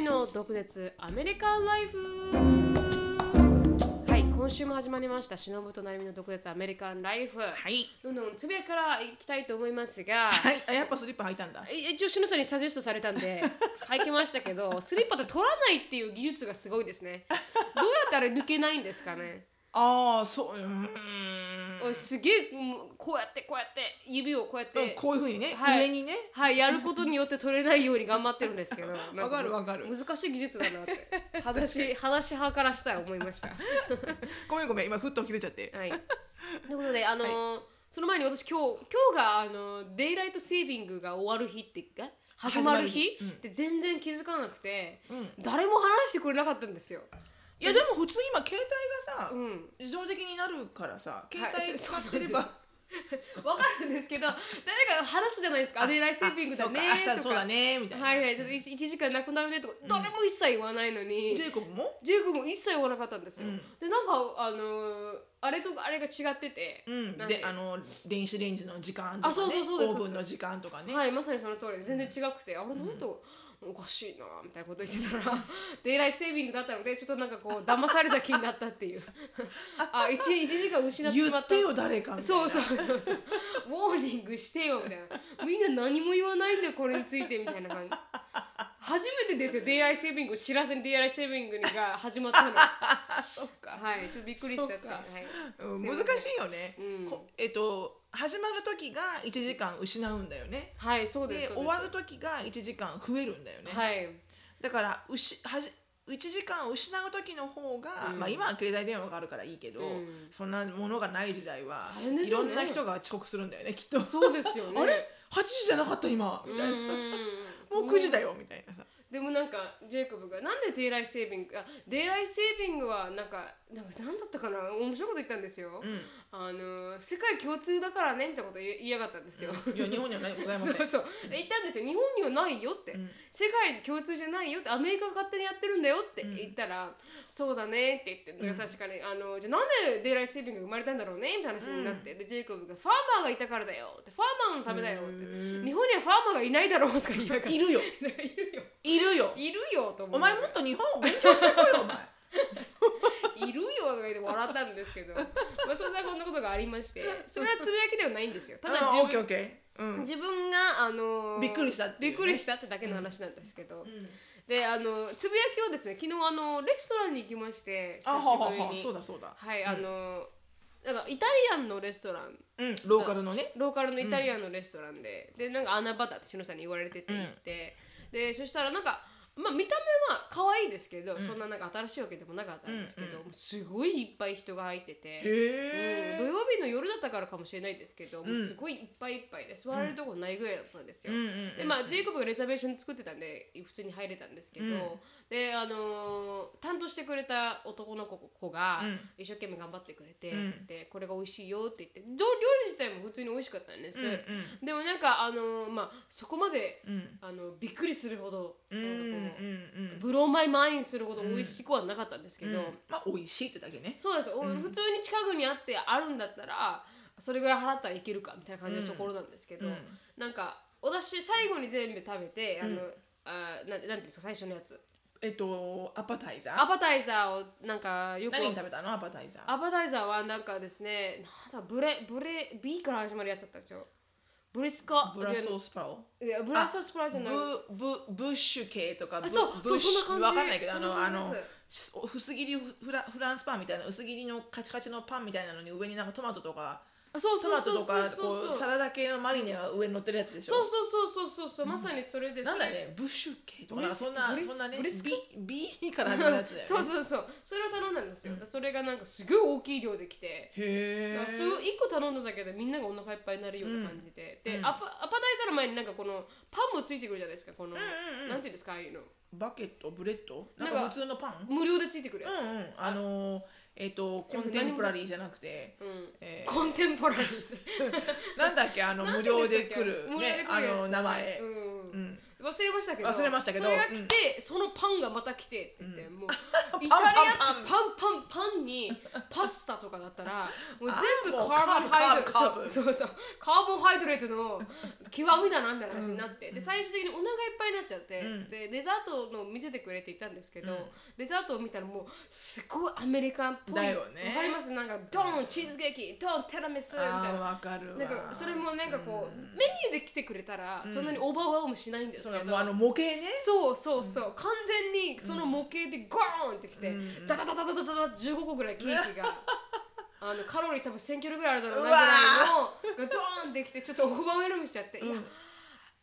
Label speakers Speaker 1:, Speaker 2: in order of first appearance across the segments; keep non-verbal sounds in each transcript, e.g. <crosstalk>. Speaker 1: の独熱アメリカンライフはい今週も始まりました忍となるみの独熱アメリカンライフ、
Speaker 2: はい。
Speaker 1: どんどんつぶやきからいきたいと思います
Speaker 2: <laughs>
Speaker 1: が
Speaker 2: はい。あやっぱスリッパ履いたんだ。
Speaker 1: え一応しのさんにサジェストされたんで履きましたけ
Speaker 2: <laughs>
Speaker 1: どスリッパで取らないっていう技術がすごいですねどうやったら抜けないんですかね
Speaker 2: ああ、そう。うー
Speaker 1: お
Speaker 2: ん
Speaker 1: いすげえもうこうやってこうやって指をこうやって、
Speaker 2: うんこういうふうにね、
Speaker 1: はい
Speaker 2: 上にね。
Speaker 1: はい、やることによって取れないように頑張ってるんですけ <laughs> ど
Speaker 2: わかるわかる
Speaker 1: 難しい技術だなって話 <laughs> 話派からしたら思いました
Speaker 2: ごめんごめん、今ふっと気づいちゃって。
Speaker 1: <laughs> はいということであのーその前に私今日今日があのーデイライトセービングが終わる日ってえ始まる日
Speaker 2: 始まる日うん
Speaker 1: で全然気づかなくて、
Speaker 2: うん
Speaker 1: 誰も話してくれなかったんですよ、
Speaker 2: いや、でも普通今携帯がさ
Speaker 1: う、ん、
Speaker 2: 自動的になるからさ、携
Speaker 1: は
Speaker 2: 帯
Speaker 1: いそ
Speaker 2: 使ってれば。
Speaker 1: わかるんですけど誰か話すじゃないですか「あデイライトセービングだね
Speaker 2: あそうか」明
Speaker 1: と
Speaker 2: 日そうだ
Speaker 1: か。
Speaker 2: ねみたいな。
Speaker 1: はいはい、ちょっと1時間なくなるねとか、誰も一切言わないのに
Speaker 2: ジェイコブも。
Speaker 1: ジェイクも一切言わなかったんですよ。
Speaker 2: うん
Speaker 1: でなんかあのーあれとあれが違ってて、
Speaker 2: うん、
Speaker 1: なん
Speaker 2: で、あの、電子レンジの時間とか、ね。
Speaker 1: あそうそうそうです
Speaker 2: オーブンの時間とかね。
Speaker 1: はいまさにその通りで全然違くて、あれなんとおかしいなみたいなこと言ってたら、 <laughs> デイライトセービングだったのでちょっとなんかこう騙された気になったって
Speaker 2: <laughs>
Speaker 1: いうあ一1時間失ってし
Speaker 2: 言
Speaker 1: ま
Speaker 2: っ
Speaker 1: った
Speaker 2: てよ、誰かみたい
Speaker 1: そ
Speaker 2: な。
Speaker 1: うそうそうそうウォーニングしてよみたいなみんな何も言わないんだよこれについてみたいな感じ初めてですよデイライトセービングを知らずにデイライトセービングが始まったのは
Speaker 2: あ、そっか。
Speaker 1: いちょっとびっくりしたって
Speaker 2: そう
Speaker 1: は
Speaker 2: か
Speaker 1: い
Speaker 2: うん
Speaker 1: すいま
Speaker 2: 難
Speaker 1: せん
Speaker 2: しいよね、
Speaker 1: うん
Speaker 2: こえっと始まる時が1時間失うんだよね
Speaker 1: はいそう
Speaker 2: で
Speaker 1: ですそうです
Speaker 2: 終わる時が1時間増えるんだよね、
Speaker 1: はい
Speaker 2: だからうしはじ1時間失う時の方が、
Speaker 1: うん
Speaker 2: まあ、今は携帯電話があるからいいけど、
Speaker 1: うん
Speaker 2: そんなものがない時代は、
Speaker 1: 大変で
Speaker 2: い
Speaker 1: す
Speaker 2: ろ
Speaker 1: よね
Speaker 2: んな人が遅刻するんだよねきっと
Speaker 1: そうですよね。
Speaker 2: あれ8時じゃなかった今みたいな、
Speaker 1: うん
Speaker 2: もう9時だよみたいなさ
Speaker 1: でもなんかジェイコブがなんでデイライトセービングあデイライトセービングはなんかなんかなんだったかな面白いこと言ったんですよ、
Speaker 2: うん
Speaker 1: あの世界共通だからねみたいなこと言い言いやがったんです <laughs> よ、
Speaker 2: いや日本には何もございま
Speaker 1: そ
Speaker 2: せん
Speaker 1: うそうで言ったんですよ日本にはないよって、
Speaker 2: うん
Speaker 1: 世界共通じゃないよってアメリカが勝手にやってるんだよって言ったら、そうだねって言ってだから確かに、あのじゃあなんでデイライトセービングが生まれたんだろうねみたいな話になって、でジェイコブがファーマーがいたからだよってファーマーのためだよって
Speaker 2: うん
Speaker 1: 日本にはファーマーがいないだろうとか言いやがって
Speaker 2: いるよ
Speaker 1: いるよ
Speaker 2: いるよ
Speaker 1: いるよと思う
Speaker 2: お前もっと日本を勉強してこいよお前
Speaker 1: いるよとか言って笑ったんですけどまあそんなこんなことがありましてそれはつぶやきではないんですよ <laughs> ただ
Speaker 2: あ
Speaker 1: 自
Speaker 2: オ
Speaker 1: 分
Speaker 2: ッケーオッケーうん
Speaker 1: 自分があのー
Speaker 2: びっくりしたって
Speaker 1: び
Speaker 2: いうね
Speaker 1: っくりしたってだけの話なんですけど、
Speaker 2: うん
Speaker 1: であのつぶやきをですね昨日あのレストランに行きまして
Speaker 2: あは
Speaker 1: 久し
Speaker 2: は
Speaker 1: ぶり
Speaker 2: は
Speaker 1: に
Speaker 2: そうだそうだ
Speaker 1: はいあのなんかイタリアンのレストラン
Speaker 2: うんローカルのね
Speaker 1: ローカルのイタリアンのレストランで、でなんか穴場だってしのさんに言われてて行って、でそしたらなんか、まあ、見た目は可愛いですけど、そんななんか新しいわけでもなかったんですけど、もうすごいいっぱい人が入ってて。うん
Speaker 2: へ
Speaker 1: 土
Speaker 2: え
Speaker 1: 曜日の夜だったからかもしれないですけど、もうすごいいっぱいいっぱいで座れるとこないぐらいだったんですよ。
Speaker 2: うんうんうんうん
Speaker 1: でまあジェイコブがレザーベーション作ってたんで普通に入れたんですけど、であのー担当してくれた男の子子が
Speaker 2: うん
Speaker 1: 一生懸命頑張ってくれて,、
Speaker 2: うん
Speaker 1: って言ってこれが美味しいよって言ってど料理自体も普通に美味しかったんです。
Speaker 2: う
Speaker 1: でもなんかあのーまあそこまで
Speaker 2: んうん
Speaker 1: あのびっくりするほど、
Speaker 2: うんうん
Speaker 1: なんかこ
Speaker 2: うんう
Speaker 1: うんブローマイマインするほど美味しくはなかったんですけど。
Speaker 2: うんまあ美味しいってだけね
Speaker 1: そうなんですよ、普通に近くにあってあるんだったらそれぐらい払ったらいけるかみたいな感じのところなんですけど、
Speaker 2: うん
Speaker 1: なんか私最後に全部食べてあの、あーなんなんていうんですか最初のやつ
Speaker 2: えっとアパタイザ
Speaker 1: ア
Speaker 2: ー
Speaker 1: パタイザーをなんかよく
Speaker 2: 何食べたのアパタイザー
Speaker 1: アパタイザーはなんかですねなんだブレブレ B から始まるやつだったんですよブリスカ
Speaker 2: ブラソースパロ
Speaker 1: いやブラソースプラウト
Speaker 2: ブ
Speaker 1: の
Speaker 2: ブブッシュ系とかブ
Speaker 1: あそう
Speaker 2: ブッシュ
Speaker 1: そうそんな感じ
Speaker 2: わかんないけどあ
Speaker 1: そんな
Speaker 2: のあ
Speaker 1: 感じ
Speaker 2: の
Speaker 1: で
Speaker 2: し薄切りフラフランスパンみたいな薄切りのカチカチのパンみたいなのに上になんかトマトとか
Speaker 1: あそう
Speaker 2: ト
Speaker 1: そう
Speaker 2: マト
Speaker 1: そう
Speaker 2: と
Speaker 1: そ
Speaker 2: か
Speaker 1: うそう
Speaker 2: こう
Speaker 1: そ
Speaker 2: サ
Speaker 1: う
Speaker 2: ラダ系のマリネが上に乗ってるやつでしょ
Speaker 1: そうそうそうそうそうまさにそれです
Speaker 2: なんだよね、ブッシュ系とかなんかそんな
Speaker 1: ブリス
Speaker 2: そんなね
Speaker 1: ブリスカ
Speaker 2: B, B から始まるやつだよ、ね、
Speaker 1: <laughs> そうそうそうそれを頼んだんですよ、でそれがなんかすごい大きい量できて
Speaker 2: へ
Speaker 1: だから
Speaker 2: え
Speaker 1: すごい1個頼んだだけでみんながお腹いっぱいになるような感じで、で、アパアパタイザーの前になんかこのパンもついてくるじゃないですかこの、
Speaker 2: んうん
Speaker 1: なんていうんですかああいうの
Speaker 2: バケットブレッド
Speaker 1: な
Speaker 2: なんん
Speaker 1: か
Speaker 2: か普通のパン
Speaker 1: 無料でついてくるや
Speaker 2: うんうんあのーえっ、と
Speaker 1: すいま
Speaker 2: コ
Speaker 1: せ
Speaker 2: ン
Speaker 1: ん
Speaker 2: テンポラリーじゃなくて
Speaker 1: つ、うん
Speaker 2: え
Speaker 1: コンテンポラリー
Speaker 2: ー、 <laughs> なんだっけあの無料で来る
Speaker 1: 無料で
Speaker 2: ね
Speaker 1: 来
Speaker 2: あ
Speaker 1: るやつ
Speaker 2: の名前、
Speaker 1: うん
Speaker 2: うん
Speaker 1: 忘れましたけど
Speaker 2: 忘れましたけど
Speaker 1: それが来て、そのパンがまた来てって言って、もうイ
Speaker 2: <laughs>
Speaker 1: タリ
Speaker 2: パン
Speaker 1: アってパンパンパンにパスタとかだったらもう全部
Speaker 2: あもう
Speaker 1: カーボンハイドレー
Speaker 2: カーブカー
Speaker 1: ト
Speaker 2: ブ
Speaker 1: そうそうそうカーボンハイドレートの極みだなみたいな話になって、で最終的にお腹いっぱいになっちゃって、
Speaker 2: うん
Speaker 1: でデザートの見せてくれって言ったんですけど、
Speaker 2: うん
Speaker 1: デザートを見たらもうすごいアメリカンっぽい
Speaker 2: だよね
Speaker 1: わかりますなんかドーンチーズケーキドーンテラミスみたいな。
Speaker 2: あーわかるわ
Speaker 1: なんかそれもなんかこう、
Speaker 2: うん
Speaker 1: メニューで来てくれたらそんなにオーバーワーもしないんです
Speaker 2: そ
Speaker 1: けど、
Speaker 2: のもうあの模型ね
Speaker 1: そうそうそう、完全にその模型でゴーンってきて、
Speaker 2: うん
Speaker 1: ダダダダダダダダ15個ぐらいケーキがあのカロリー多分1000キロぐらいあるだろうな
Speaker 2: う
Speaker 1: ぐ
Speaker 2: わ
Speaker 1: らいのがドーンってきてちょっとオーバーウェルムしちゃって、いや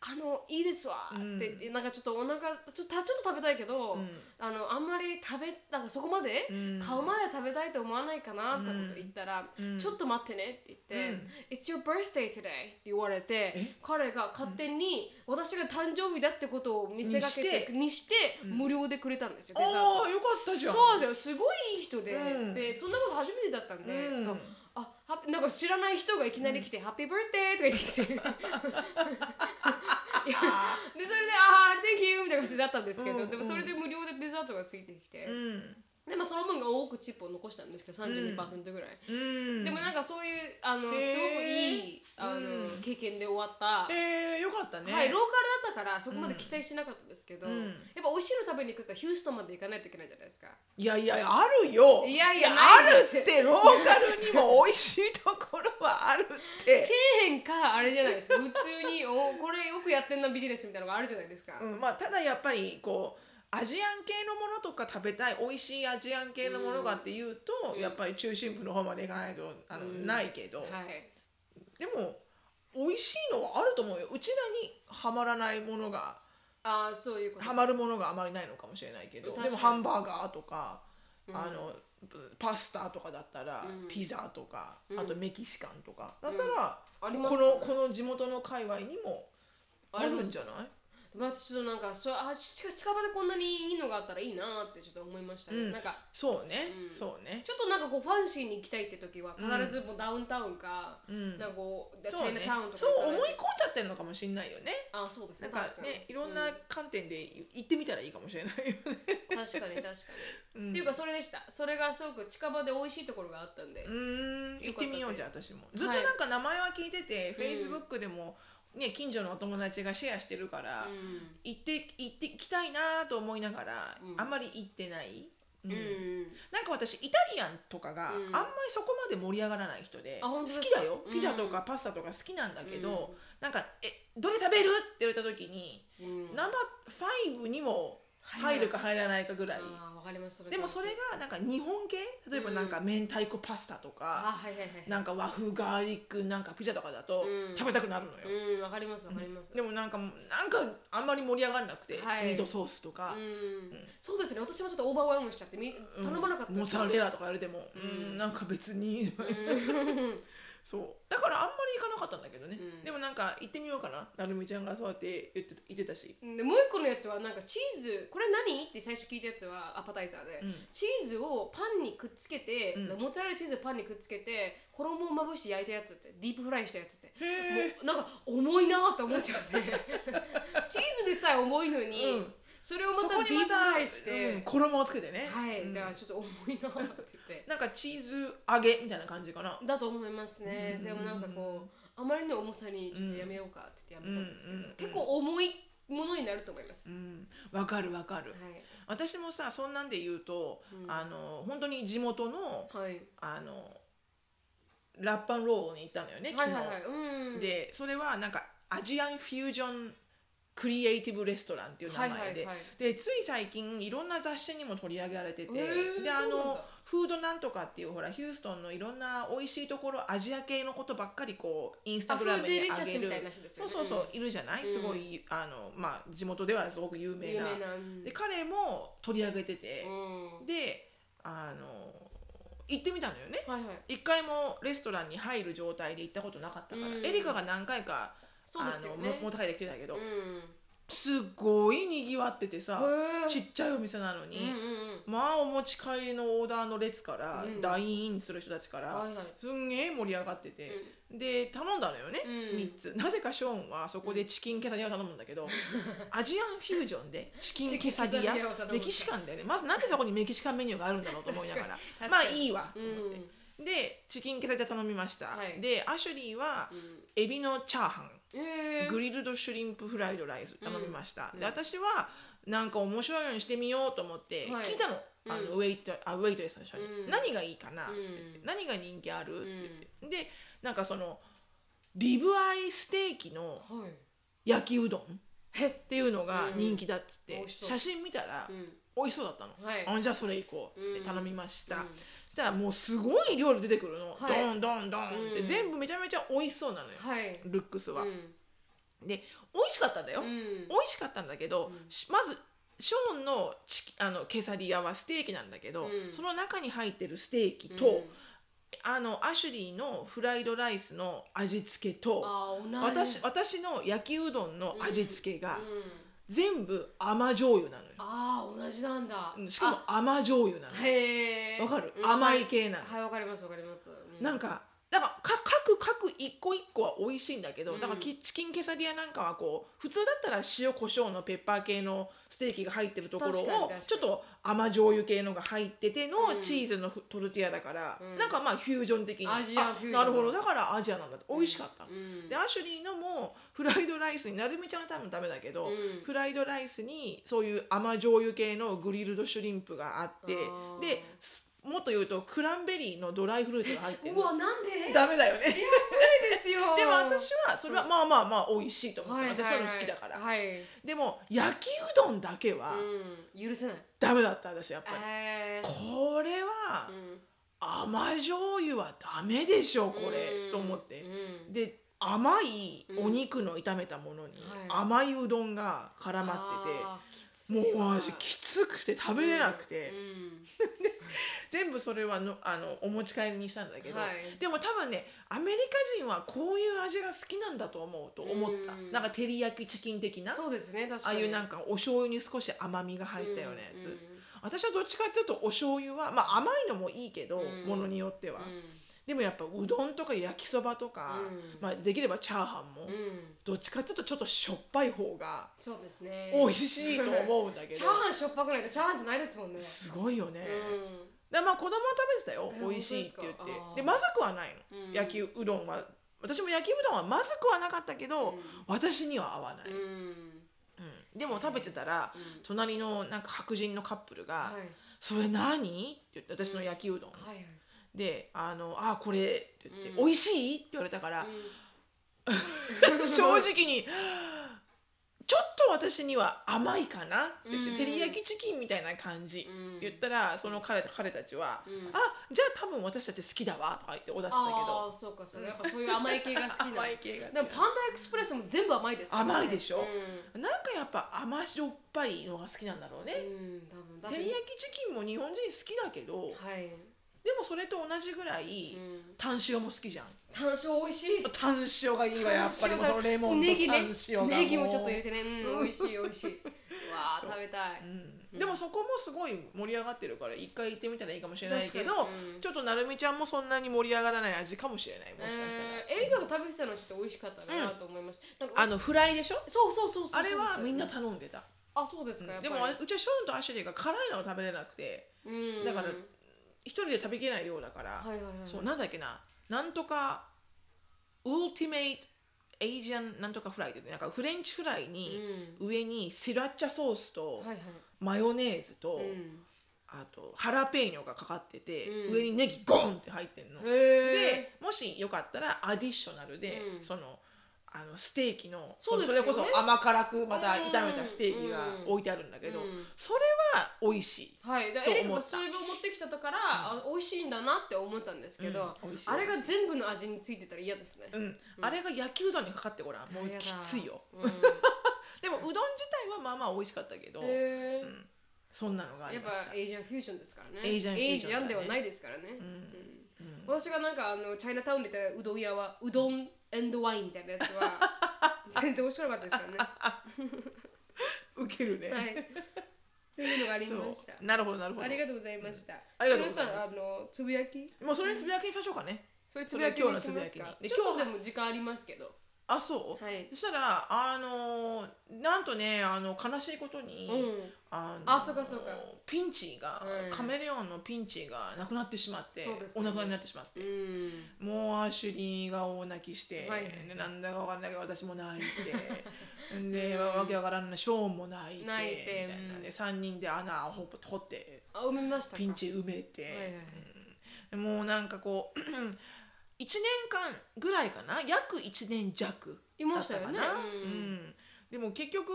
Speaker 1: あのいいですわ
Speaker 2: うん
Speaker 1: って、なんかちょっとお腹ちょっとたちょっと食べたいけど、
Speaker 2: うん
Speaker 1: あのあんまり食べなんかそこまで、
Speaker 2: うん
Speaker 1: 顔まで食べたいと思わないかなってこと言ったら、
Speaker 2: うん
Speaker 1: ちょっと待ってねって言って、
Speaker 2: うん
Speaker 1: It's your birthday today って言われて彼が勝手に私が誕生日だってことを見せかけてに
Speaker 2: に
Speaker 1: し
Speaker 2: して
Speaker 1: 無料でくれたんですよ、デ
Speaker 2: あ
Speaker 1: ザート
Speaker 2: あーよかったじゃん
Speaker 1: そうなんですよすごいいい人で、
Speaker 2: うん
Speaker 1: でそんなこと初めてだったんで、
Speaker 2: うん
Speaker 1: とあハッピーなんか知らない人がいきなり来て「ハッピーバースデー」とか言ってきていや <laughs> でそれで「ああ Thank you」みたいな感じだったんですけど、
Speaker 2: うん
Speaker 1: でもそれで無料でデザートがついてきて、
Speaker 2: うん
Speaker 1: でまあその分が多くチップを残したんですけど32%ぐらい、
Speaker 2: うん
Speaker 1: でもなんかそういうあのすごく
Speaker 2: へー
Speaker 1: いいあの、
Speaker 2: うん
Speaker 1: 経験で終わった、
Speaker 2: えー、よかったね
Speaker 1: はい、ローカルだったからそこまで期待してなかったですけど、
Speaker 2: うん
Speaker 1: やっぱ美味しいの食べに行くとヒューストンまで行かないといけないじゃないですか。
Speaker 2: いやいやあるよ
Speaker 1: いやいや
Speaker 2: あ
Speaker 1: ない
Speaker 2: る
Speaker 1: です
Speaker 2: ってローカルにも美味しいところはあるって
Speaker 1: チェーンかあれじゃないですか
Speaker 2: <laughs>
Speaker 1: 普通におこれよくやってんなビジネスみたいなのがあるじゃないですか、
Speaker 2: うんまあ、ただやっぱりこうアジアン系のものとか食べたい美味しいアジアン系のものがっていうと、
Speaker 1: うん
Speaker 2: やっぱり中心部の方まで行かないとあの、
Speaker 1: うん
Speaker 2: ないけど、
Speaker 1: はい
Speaker 2: でも美味しいのはあると思うようちらにはまらないものが
Speaker 1: ああそういうこと
Speaker 2: はまるものがあまりないのかもしれないけど
Speaker 1: 確か
Speaker 2: で
Speaker 1: に
Speaker 2: もハンバーガーとか、
Speaker 1: うん
Speaker 2: あのパスタとかだったら、
Speaker 1: うん
Speaker 2: ピザとか、
Speaker 1: うん
Speaker 2: あとメキシカンとかだったら、
Speaker 1: あります
Speaker 2: こ
Speaker 1: よ
Speaker 2: の
Speaker 1: ね
Speaker 2: この地元の界隈にもあ
Speaker 1: ありま
Speaker 2: るん
Speaker 1: す
Speaker 2: じゃない
Speaker 1: まあ私ちょっとなんかそうあ近近場でこんなにいいのがあったらいいなーってちょっと思いましたね、
Speaker 2: うん
Speaker 1: なんか
Speaker 2: そうね、
Speaker 1: うん
Speaker 2: そうね。
Speaker 1: ちょっとなんかこうファンシーに行きたいって時は必ずもうダウンタウンか、
Speaker 2: うん
Speaker 1: なんかこうチ
Speaker 2: そう
Speaker 1: ェーン
Speaker 2: ね
Speaker 1: タウンとか
Speaker 2: そ
Speaker 1: 行かな
Speaker 2: う思
Speaker 1: いいと
Speaker 2: 込んじゃってるのかもしれないよね
Speaker 1: ああそうです
Speaker 2: な
Speaker 1: ね
Speaker 2: んか
Speaker 1: 確かに
Speaker 2: ねいろんな観点で行ってみたらいいかもしれないよね、
Speaker 1: うん確かに確かに、
Speaker 2: うん、
Speaker 1: っていうかそれでしたそれがすごく近場で美味しいところがあったんで、
Speaker 2: <laughs> うーん行ってみようじ
Speaker 1: よ
Speaker 2: ゃあ
Speaker 1: かった
Speaker 2: 私もずっとなんか名前は聞いてて、Facebook でもね近所のお友達がシェアしてるから、
Speaker 1: うん
Speaker 2: 行って行ってきたいなと思いながら、
Speaker 1: うん
Speaker 2: あんまり行ってない、
Speaker 1: う
Speaker 2: う
Speaker 1: んん、
Speaker 2: なんか私イタリアンとかがあ
Speaker 1: うんん
Speaker 2: まりそこまで盛り上がらない人で、
Speaker 1: あ本
Speaker 2: 好
Speaker 1: 当ですか
Speaker 2: きだよ
Speaker 1: うん
Speaker 2: ピザとかパスタとか好きなんだけど、
Speaker 1: うん
Speaker 2: なんか「えどれ食べる?」って言われた時に
Speaker 1: うん
Speaker 2: ナンバーファイブにも入るか入らないかぐらい、
Speaker 1: あーわかります
Speaker 2: でもそれがなんか日本系例えばなんか明太子パスタと
Speaker 1: あ
Speaker 2: か、
Speaker 1: はいはいはい
Speaker 2: なんか和風ガーリックなんかピザとかだと
Speaker 1: うん
Speaker 2: 食べたくなるのよ、
Speaker 1: うんわかりますわかります
Speaker 2: でもなんかなんかあんまり盛り上がらなくて、
Speaker 1: はい
Speaker 2: ミートソースとか
Speaker 1: うん、、そうですね私もちょっとオーバーワームしちゃってみ
Speaker 2: うん
Speaker 1: 頼まなかった
Speaker 2: モッツァレラとか言われても、
Speaker 1: ん
Speaker 2: うんなんか別に <laughs> そうだからあんまり行かなかったんだけどね、
Speaker 1: うん
Speaker 2: でもなんか行ってみようかななるみちゃんがそうやって言ってた言ってたし、
Speaker 1: うんでもう一個のやつはなんかチーズこれ何って最初聞いたやつはアパタイザーで、
Speaker 2: うん
Speaker 1: チーズをパンにくっつけて、
Speaker 2: うん
Speaker 1: モッツァレラチーズをパンにくっつけて衣をまぶして焼いたやつってディープフライしたやつって
Speaker 2: へ
Speaker 1: もうなんか重いなって思っちゃって
Speaker 2: <laughs>
Speaker 1: チーズでさえ重いのに、
Speaker 2: うん
Speaker 1: それをま
Speaker 2: そ
Speaker 1: た
Speaker 2: こ
Speaker 1: ディープ
Speaker 2: にま
Speaker 1: フ
Speaker 2: た
Speaker 1: ライして、
Speaker 2: うん衣をつけてね、
Speaker 1: はい、
Speaker 2: うん
Speaker 1: だからちょっと重いなって言って
Speaker 2: <laughs> なんかチーズ揚げみたいな感じかな
Speaker 1: だと思いますね、
Speaker 2: うん
Speaker 1: でもなんかこうあまりの重さにちょっとやめようかって言ってやめたんですけど、
Speaker 2: うんうんうん
Speaker 1: 結構重いものになると思います、
Speaker 2: うんわかるわかる、私もさそんなんで言うと、
Speaker 1: うん
Speaker 2: あの本当に地元の
Speaker 1: はいはい
Speaker 2: あのラッパンロールに行ったのよね
Speaker 1: は
Speaker 2: 昨
Speaker 1: い
Speaker 2: 日、
Speaker 1: はいはいうん
Speaker 2: でそれはなんかアジアンフュージョンクリエイティブレストランっていう名前で、
Speaker 1: はいはいはい
Speaker 2: でつい最近いろんな雑誌にも取り上げられてて、
Speaker 1: へー
Speaker 2: であ
Speaker 1: そうなん
Speaker 2: の
Speaker 1: だ
Speaker 2: フードなんとかっていうほらヒューストンのいろんな美味しいところアジア系のことばっかりこうインスタグラムに上げる
Speaker 1: アフーデリシャスみたいな人ですよね
Speaker 2: そうそうそういるじゃない、
Speaker 1: うん
Speaker 2: すごいあの、まあ、地元ではすごく有名
Speaker 1: 有名
Speaker 2: な
Speaker 1: な
Speaker 2: で彼も取り上げてて
Speaker 1: う、ん
Speaker 2: であの行ってみたのよね
Speaker 1: はいはい
Speaker 2: 一回もレストランに入る状態で行ったことなかったから、
Speaker 1: うん
Speaker 2: エリカが何回か
Speaker 1: そうですよ
Speaker 2: あの
Speaker 1: ね
Speaker 2: ももたかいてきてたけど、
Speaker 1: うんへ
Speaker 2: すごいにぎわっててさ、
Speaker 1: ー
Speaker 2: ちっちゃいお店なのに、
Speaker 1: うんうんうん
Speaker 2: まあお持ち帰りのオーダーの列から、
Speaker 1: うん
Speaker 2: ダイインする人たちから、
Speaker 1: はいはい
Speaker 2: すんげえ盛り上がってて、で頼んだのよね、
Speaker 1: うん
Speaker 2: 3つなぜかショーンはそこでチキンケサディアを頼むんだけど、
Speaker 1: <laughs>
Speaker 2: アジアンフュージョンでチキンケサディ
Speaker 1: チキンケサディアを頼
Speaker 2: ア
Speaker 1: む
Speaker 2: メキシカンだよねまずなんでそこにメキシカンメニューがあるんだろうと思いながら
Speaker 1: 確
Speaker 2: ま
Speaker 1: か
Speaker 2: あ
Speaker 1: に
Speaker 2: いいわと
Speaker 1: う
Speaker 2: 思っ
Speaker 1: ん
Speaker 2: て、でチキンケサディア頼みました、
Speaker 1: はい
Speaker 2: でアシュリーは
Speaker 1: うん
Speaker 2: エビのチャーハン
Speaker 1: うえー、
Speaker 2: グリルドシュリンプフライドライス頼みました、
Speaker 1: うん
Speaker 2: で私はなんか面白いのにしてみようと思って
Speaker 1: はい
Speaker 2: 聞いたの,、あのウェイトあウェイトレスの人に、
Speaker 1: うん
Speaker 2: 何がいいかな、って言って
Speaker 1: うん
Speaker 2: 何が人気ある、
Speaker 1: う
Speaker 2: って
Speaker 1: ん
Speaker 2: 言ってでなんかそのリブアイステーキの
Speaker 1: はい
Speaker 2: 焼きうどんっ
Speaker 1: へって
Speaker 2: いうのが人気だっつって、
Speaker 1: うん美味しそう
Speaker 2: 写真見たら
Speaker 1: うん
Speaker 2: 美味しそうだったの、
Speaker 1: はい
Speaker 2: あじゃあそれ行こうっつって
Speaker 1: うん
Speaker 2: 頼みました、
Speaker 1: うん
Speaker 2: そしたらもうすごい料理出てくるの、
Speaker 1: はい
Speaker 2: どんどんどんって、
Speaker 1: うん
Speaker 2: 全部めちゃめちゃ美味しそうなのよ、
Speaker 1: はい
Speaker 2: ルックスは、
Speaker 1: うん
Speaker 2: で美味しかったんだよ、
Speaker 1: うん
Speaker 2: 美味しかったんだけど、
Speaker 1: うん
Speaker 2: しまずショーンのチキあのケサディアはステーキなんだけど、
Speaker 1: うん
Speaker 2: その中に入ってるステーキと、
Speaker 1: うん
Speaker 2: あのアシュリーのフライドライスの味付けと
Speaker 1: あー同じ
Speaker 2: 私私の焼きうどんの味付けが
Speaker 1: うん
Speaker 2: 全部甘醤油なのよ
Speaker 1: あー同じなんだ
Speaker 2: うん、しかも甘醤油なの
Speaker 1: あへえ
Speaker 2: わかる甘い系なの
Speaker 1: はいわかりますわかりますう
Speaker 2: なんかだからか各各一個一個は美味しいんだけど、
Speaker 1: うん
Speaker 2: だからキチキンケサディアなんかはこう普通だったら塩コショウのペッパー系のステーキが入ってるところ
Speaker 1: 確かに
Speaker 2: を
Speaker 1: 確かに
Speaker 2: ちょっと甘醤油系のが入ってて
Speaker 1: う
Speaker 2: の
Speaker 1: ん
Speaker 2: チーズのふトルティアだから、
Speaker 1: うん
Speaker 2: なんかまあフュージョン的に
Speaker 1: アジアン
Speaker 2: あ
Speaker 1: フュージョン
Speaker 2: なるほどだからアジアなんだって美味しかったの、
Speaker 1: うん
Speaker 2: でアシュリーのもフライドライスになるみちゃんは多分ダメだけど、
Speaker 1: うん
Speaker 2: フライドライスにそういう甘醤油系のグリルドシュリンプがあって
Speaker 1: あー
Speaker 2: でもっと言うとクランベリーのドライフルーツが入ってる
Speaker 1: うわなんで
Speaker 2: ダメだよね
Speaker 1: い <laughs> ですよ
Speaker 2: でも私はそれはまあまあまあ美味しいと思って、
Speaker 1: はいはい
Speaker 2: 私そういうの好きだから、
Speaker 1: はい、
Speaker 2: でも焼きうどんだけは
Speaker 1: うん、許せない
Speaker 2: ダメだった私やっぱり、
Speaker 1: えー
Speaker 2: これは
Speaker 1: うん
Speaker 2: 甘醤油はダメでしょこれ、
Speaker 1: うん
Speaker 2: と思って
Speaker 1: うん、
Speaker 2: で甘いお肉の炒めたものに
Speaker 1: うんはい
Speaker 2: 甘いうどんが絡まってて、
Speaker 1: あーきつ
Speaker 2: も
Speaker 1: いうわ
Speaker 2: 私きつくて食べれなくて、
Speaker 1: うんうん
Speaker 2: 全部それはのあのお持ち帰りにしたんだけど、
Speaker 1: はい
Speaker 2: でも多分ねアメリカ人はこういう味が好きなんだと思うと思った、
Speaker 1: うん
Speaker 2: なんか照り焼きチキン的な
Speaker 1: そうですね確
Speaker 2: あ
Speaker 1: か
Speaker 2: あ
Speaker 1: に
Speaker 2: いうなん
Speaker 1: か
Speaker 2: かお醤油に少し甘みが入ったようなやつ、私はどっちかっていうとお醤油はまあ甘いのもいいけど、
Speaker 1: うん
Speaker 2: ものによっては、
Speaker 1: うん
Speaker 2: でもやっぱうどんとか焼きそばとか、
Speaker 1: うん
Speaker 2: まあ、できればチャーハン
Speaker 1: う
Speaker 2: も、
Speaker 1: んうん
Speaker 2: どっちかっていうとちょっとしょっぱい方が
Speaker 1: そうですね
Speaker 2: 美味しいと思うんだけど
Speaker 1: <laughs> チャーハンしょっぱくないとチャーハンじゃないですもんね
Speaker 2: すごいよね、
Speaker 1: うん
Speaker 2: だからまあ子供は食べてたよ
Speaker 1: え
Speaker 2: 美味しいって言って
Speaker 1: 本当ですかあー
Speaker 2: でまずくはないの、
Speaker 1: うん
Speaker 2: 焼きうどんは私も焼きうどんはまずくはなかったけど、
Speaker 1: うん
Speaker 2: 私には合わない、
Speaker 1: うん
Speaker 2: うんでも食べてたら、
Speaker 1: うん
Speaker 2: 隣のなんか白人のカップルが
Speaker 1: はい
Speaker 2: 「それ何?」って言って私の焼きうどん、
Speaker 1: はいはい
Speaker 2: で「あのあーこれ」って言って「
Speaker 1: うん
Speaker 2: 美味しい?」って言われたか
Speaker 1: う
Speaker 2: ら、
Speaker 1: ん
Speaker 2: <laughs> 正直に「ちょっと私には甘いかな」って言って、
Speaker 1: うん
Speaker 2: 照り焼きチキンみたいな感じ、
Speaker 1: うん
Speaker 2: 言ったらその彼た彼たちは「
Speaker 1: うん
Speaker 2: あじゃあ多分私たち好きだわ」とか言ってお出ししたけ
Speaker 1: あ
Speaker 2: ど
Speaker 1: あそうかそうかやっぱそういう甘い系が好きな
Speaker 2: 甘い系が好き
Speaker 1: でもパンダエクスプレスも全部甘いですからね
Speaker 2: 甘いでしょ
Speaker 1: う
Speaker 2: なんかやっぱ甘しょっぱいのが好きなんだろうね、
Speaker 1: んうん多分だって
Speaker 2: 照り焼きチキンも日本人好きだけど
Speaker 1: はい
Speaker 2: でもそれと同じぐらい、
Speaker 1: うん
Speaker 2: 炭塩も好きじゃん
Speaker 1: 単勝美味しい
Speaker 2: 炭塩がいいわやっぱりもうそのレモンと
Speaker 1: ネ
Speaker 2: 炭
Speaker 1: ギ
Speaker 2: 塩が
Speaker 1: ね
Speaker 2: う
Speaker 1: ネギもちょっと入れてねうん美味しい美
Speaker 2: <laughs>
Speaker 1: 味しいうわあ
Speaker 2: そう
Speaker 1: 食べたい
Speaker 2: うんでもそこもすごい盛り上がってるから一回行ってみたらいいかもしれないけど
Speaker 1: 確かにうん
Speaker 2: ちょっとなるみちゃんもそんなに盛り上がらない味かもしれないもしかしたら、
Speaker 1: えーエリカが食べてたのちょっと美味しかったなと思いましたなんか
Speaker 2: あのフライでしょ
Speaker 1: そうそうそうそうそう
Speaker 2: あれはみんな
Speaker 1: です
Speaker 2: 頼んでた
Speaker 1: あそうですかやっぱ
Speaker 2: で
Speaker 1: り
Speaker 2: もうちはショーンとアシュリーが辛いのを食べれなくて
Speaker 1: うん
Speaker 2: だから
Speaker 1: はい
Speaker 2: 一人で食べきれない量だから、
Speaker 1: はいはい
Speaker 2: そうなんだっけななんとかウルティメイトエイジアンなんとかフライってなんかフレンチフライに
Speaker 1: う
Speaker 2: 上にシラッチャソースと
Speaker 1: んはいはい
Speaker 2: マヨネーズと、
Speaker 1: うん
Speaker 2: あとハラペーニョがかかってて、
Speaker 1: うん
Speaker 2: 上にネギゴンって入ってんの。
Speaker 1: へえ
Speaker 2: でもしよかったらアディショナルで、
Speaker 1: うん
Speaker 2: そのあのステーキの
Speaker 1: そうです
Speaker 2: そ
Speaker 1: よね
Speaker 2: れこそ甘辛くまた炒めたステーキが
Speaker 1: うん
Speaker 2: 置いてあるんだけど、
Speaker 1: うん
Speaker 2: それは美味しい。
Speaker 1: はい、だ
Speaker 2: と
Speaker 1: エ
Speaker 2: 思
Speaker 1: リ
Speaker 2: った
Speaker 1: ックがそれを持ってきたとから、あ美味しいんだなって思ったんですけど、
Speaker 2: うん美味しい
Speaker 1: あれが全部の味についてたら嫌ですね。
Speaker 2: うんあれが焼きうどんにかかってごらんもうきついよ
Speaker 1: <laughs> うん。
Speaker 2: でもうどん自体はまあまあ美味しかったけど、
Speaker 1: へー
Speaker 2: そんなのがあり
Speaker 1: やっ
Speaker 2: ました
Speaker 1: ぱエイジアンフュージョンですからね。
Speaker 2: エイジアンフュージョンだ
Speaker 1: エ
Speaker 2: ね
Speaker 1: イジアではないですからね。
Speaker 2: うん
Speaker 1: うん私がなんかあのチャイナタウンで行ったうどん屋はうどんワインみたいなやつは
Speaker 2: <laughs>
Speaker 1: 全然美味しくなかったですからね。
Speaker 2: ウケるね、
Speaker 1: はい。っていうのがありま
Speaker 2: そ
Speaker 1: した
Speaker 2: う。なるほどなるほど
Speaker 1: ありがとうございました。
Speaker 2: ありがとうござい
Speaker 1: それ
Speaker 2: ま
Speaker 1: さ
Speaker 2: す
Speaker 1: あのつぶやき
Speaker 2: もうそれにつぶやきにしましょうかね
Speaker 1: それつぶやきにし
Speaker 2: それ
Speaker 1: ま
Speaker 2: は
Speaker 1: す
Speaker 2: 今日のつぶや
Speaker 1: か
Speaker 2: きにで
Speaker 1: ちょっとでも時間ありますけど
Speaker 2: あそう、
Speaker 1: はい
Speaker 2: そしたらあのーなんとねあの悲しいことに、
Speaker 1: うん
Speaker 2: あの
Speaker 1: あそうかそうか
Speaker 2: ピンチが、
Speaker 1: うん
Speaker 2: カメレオンのピンチがなくなってしまって、
Speaker 1: そうです
Speaker 2: お
Speaker 1: よね
Speaker 2: 亡くなりになってしまって。
Speaker 1: うん
Speaker 2: もうアシュリーが大泣きして、
Speaker 1: はい
Speaker 2: でなんだかわかんないけど私も泣い
Speaker 1: <laughs>
Speaker 2: てでわけわからんないショーンも泣いて
Speaker 1: 泣いて
Speaker 2: みたいな
Speaker 1: う
Speaker 2: で3人で穴をほぼ掘って
Speaker 1: あ埋めましたか
Speaker 2: ピンチ埋めて、
Speaker 1: はいはいはい
Speaker 2: うんもうなんかこう <clears throat> 1年間ぐらいかな約1年弱
Speaker 1: い
Speaker 2: だ
Speaker 1: ま
Speaker 2: っ
Speaker 1: したた
Speaker 2: か
Speaker 1: よ
Speaker 2: な
Speaker 1: ね
Speaker 2: う
Speaker 1: うん
Speaker 2: んでも結局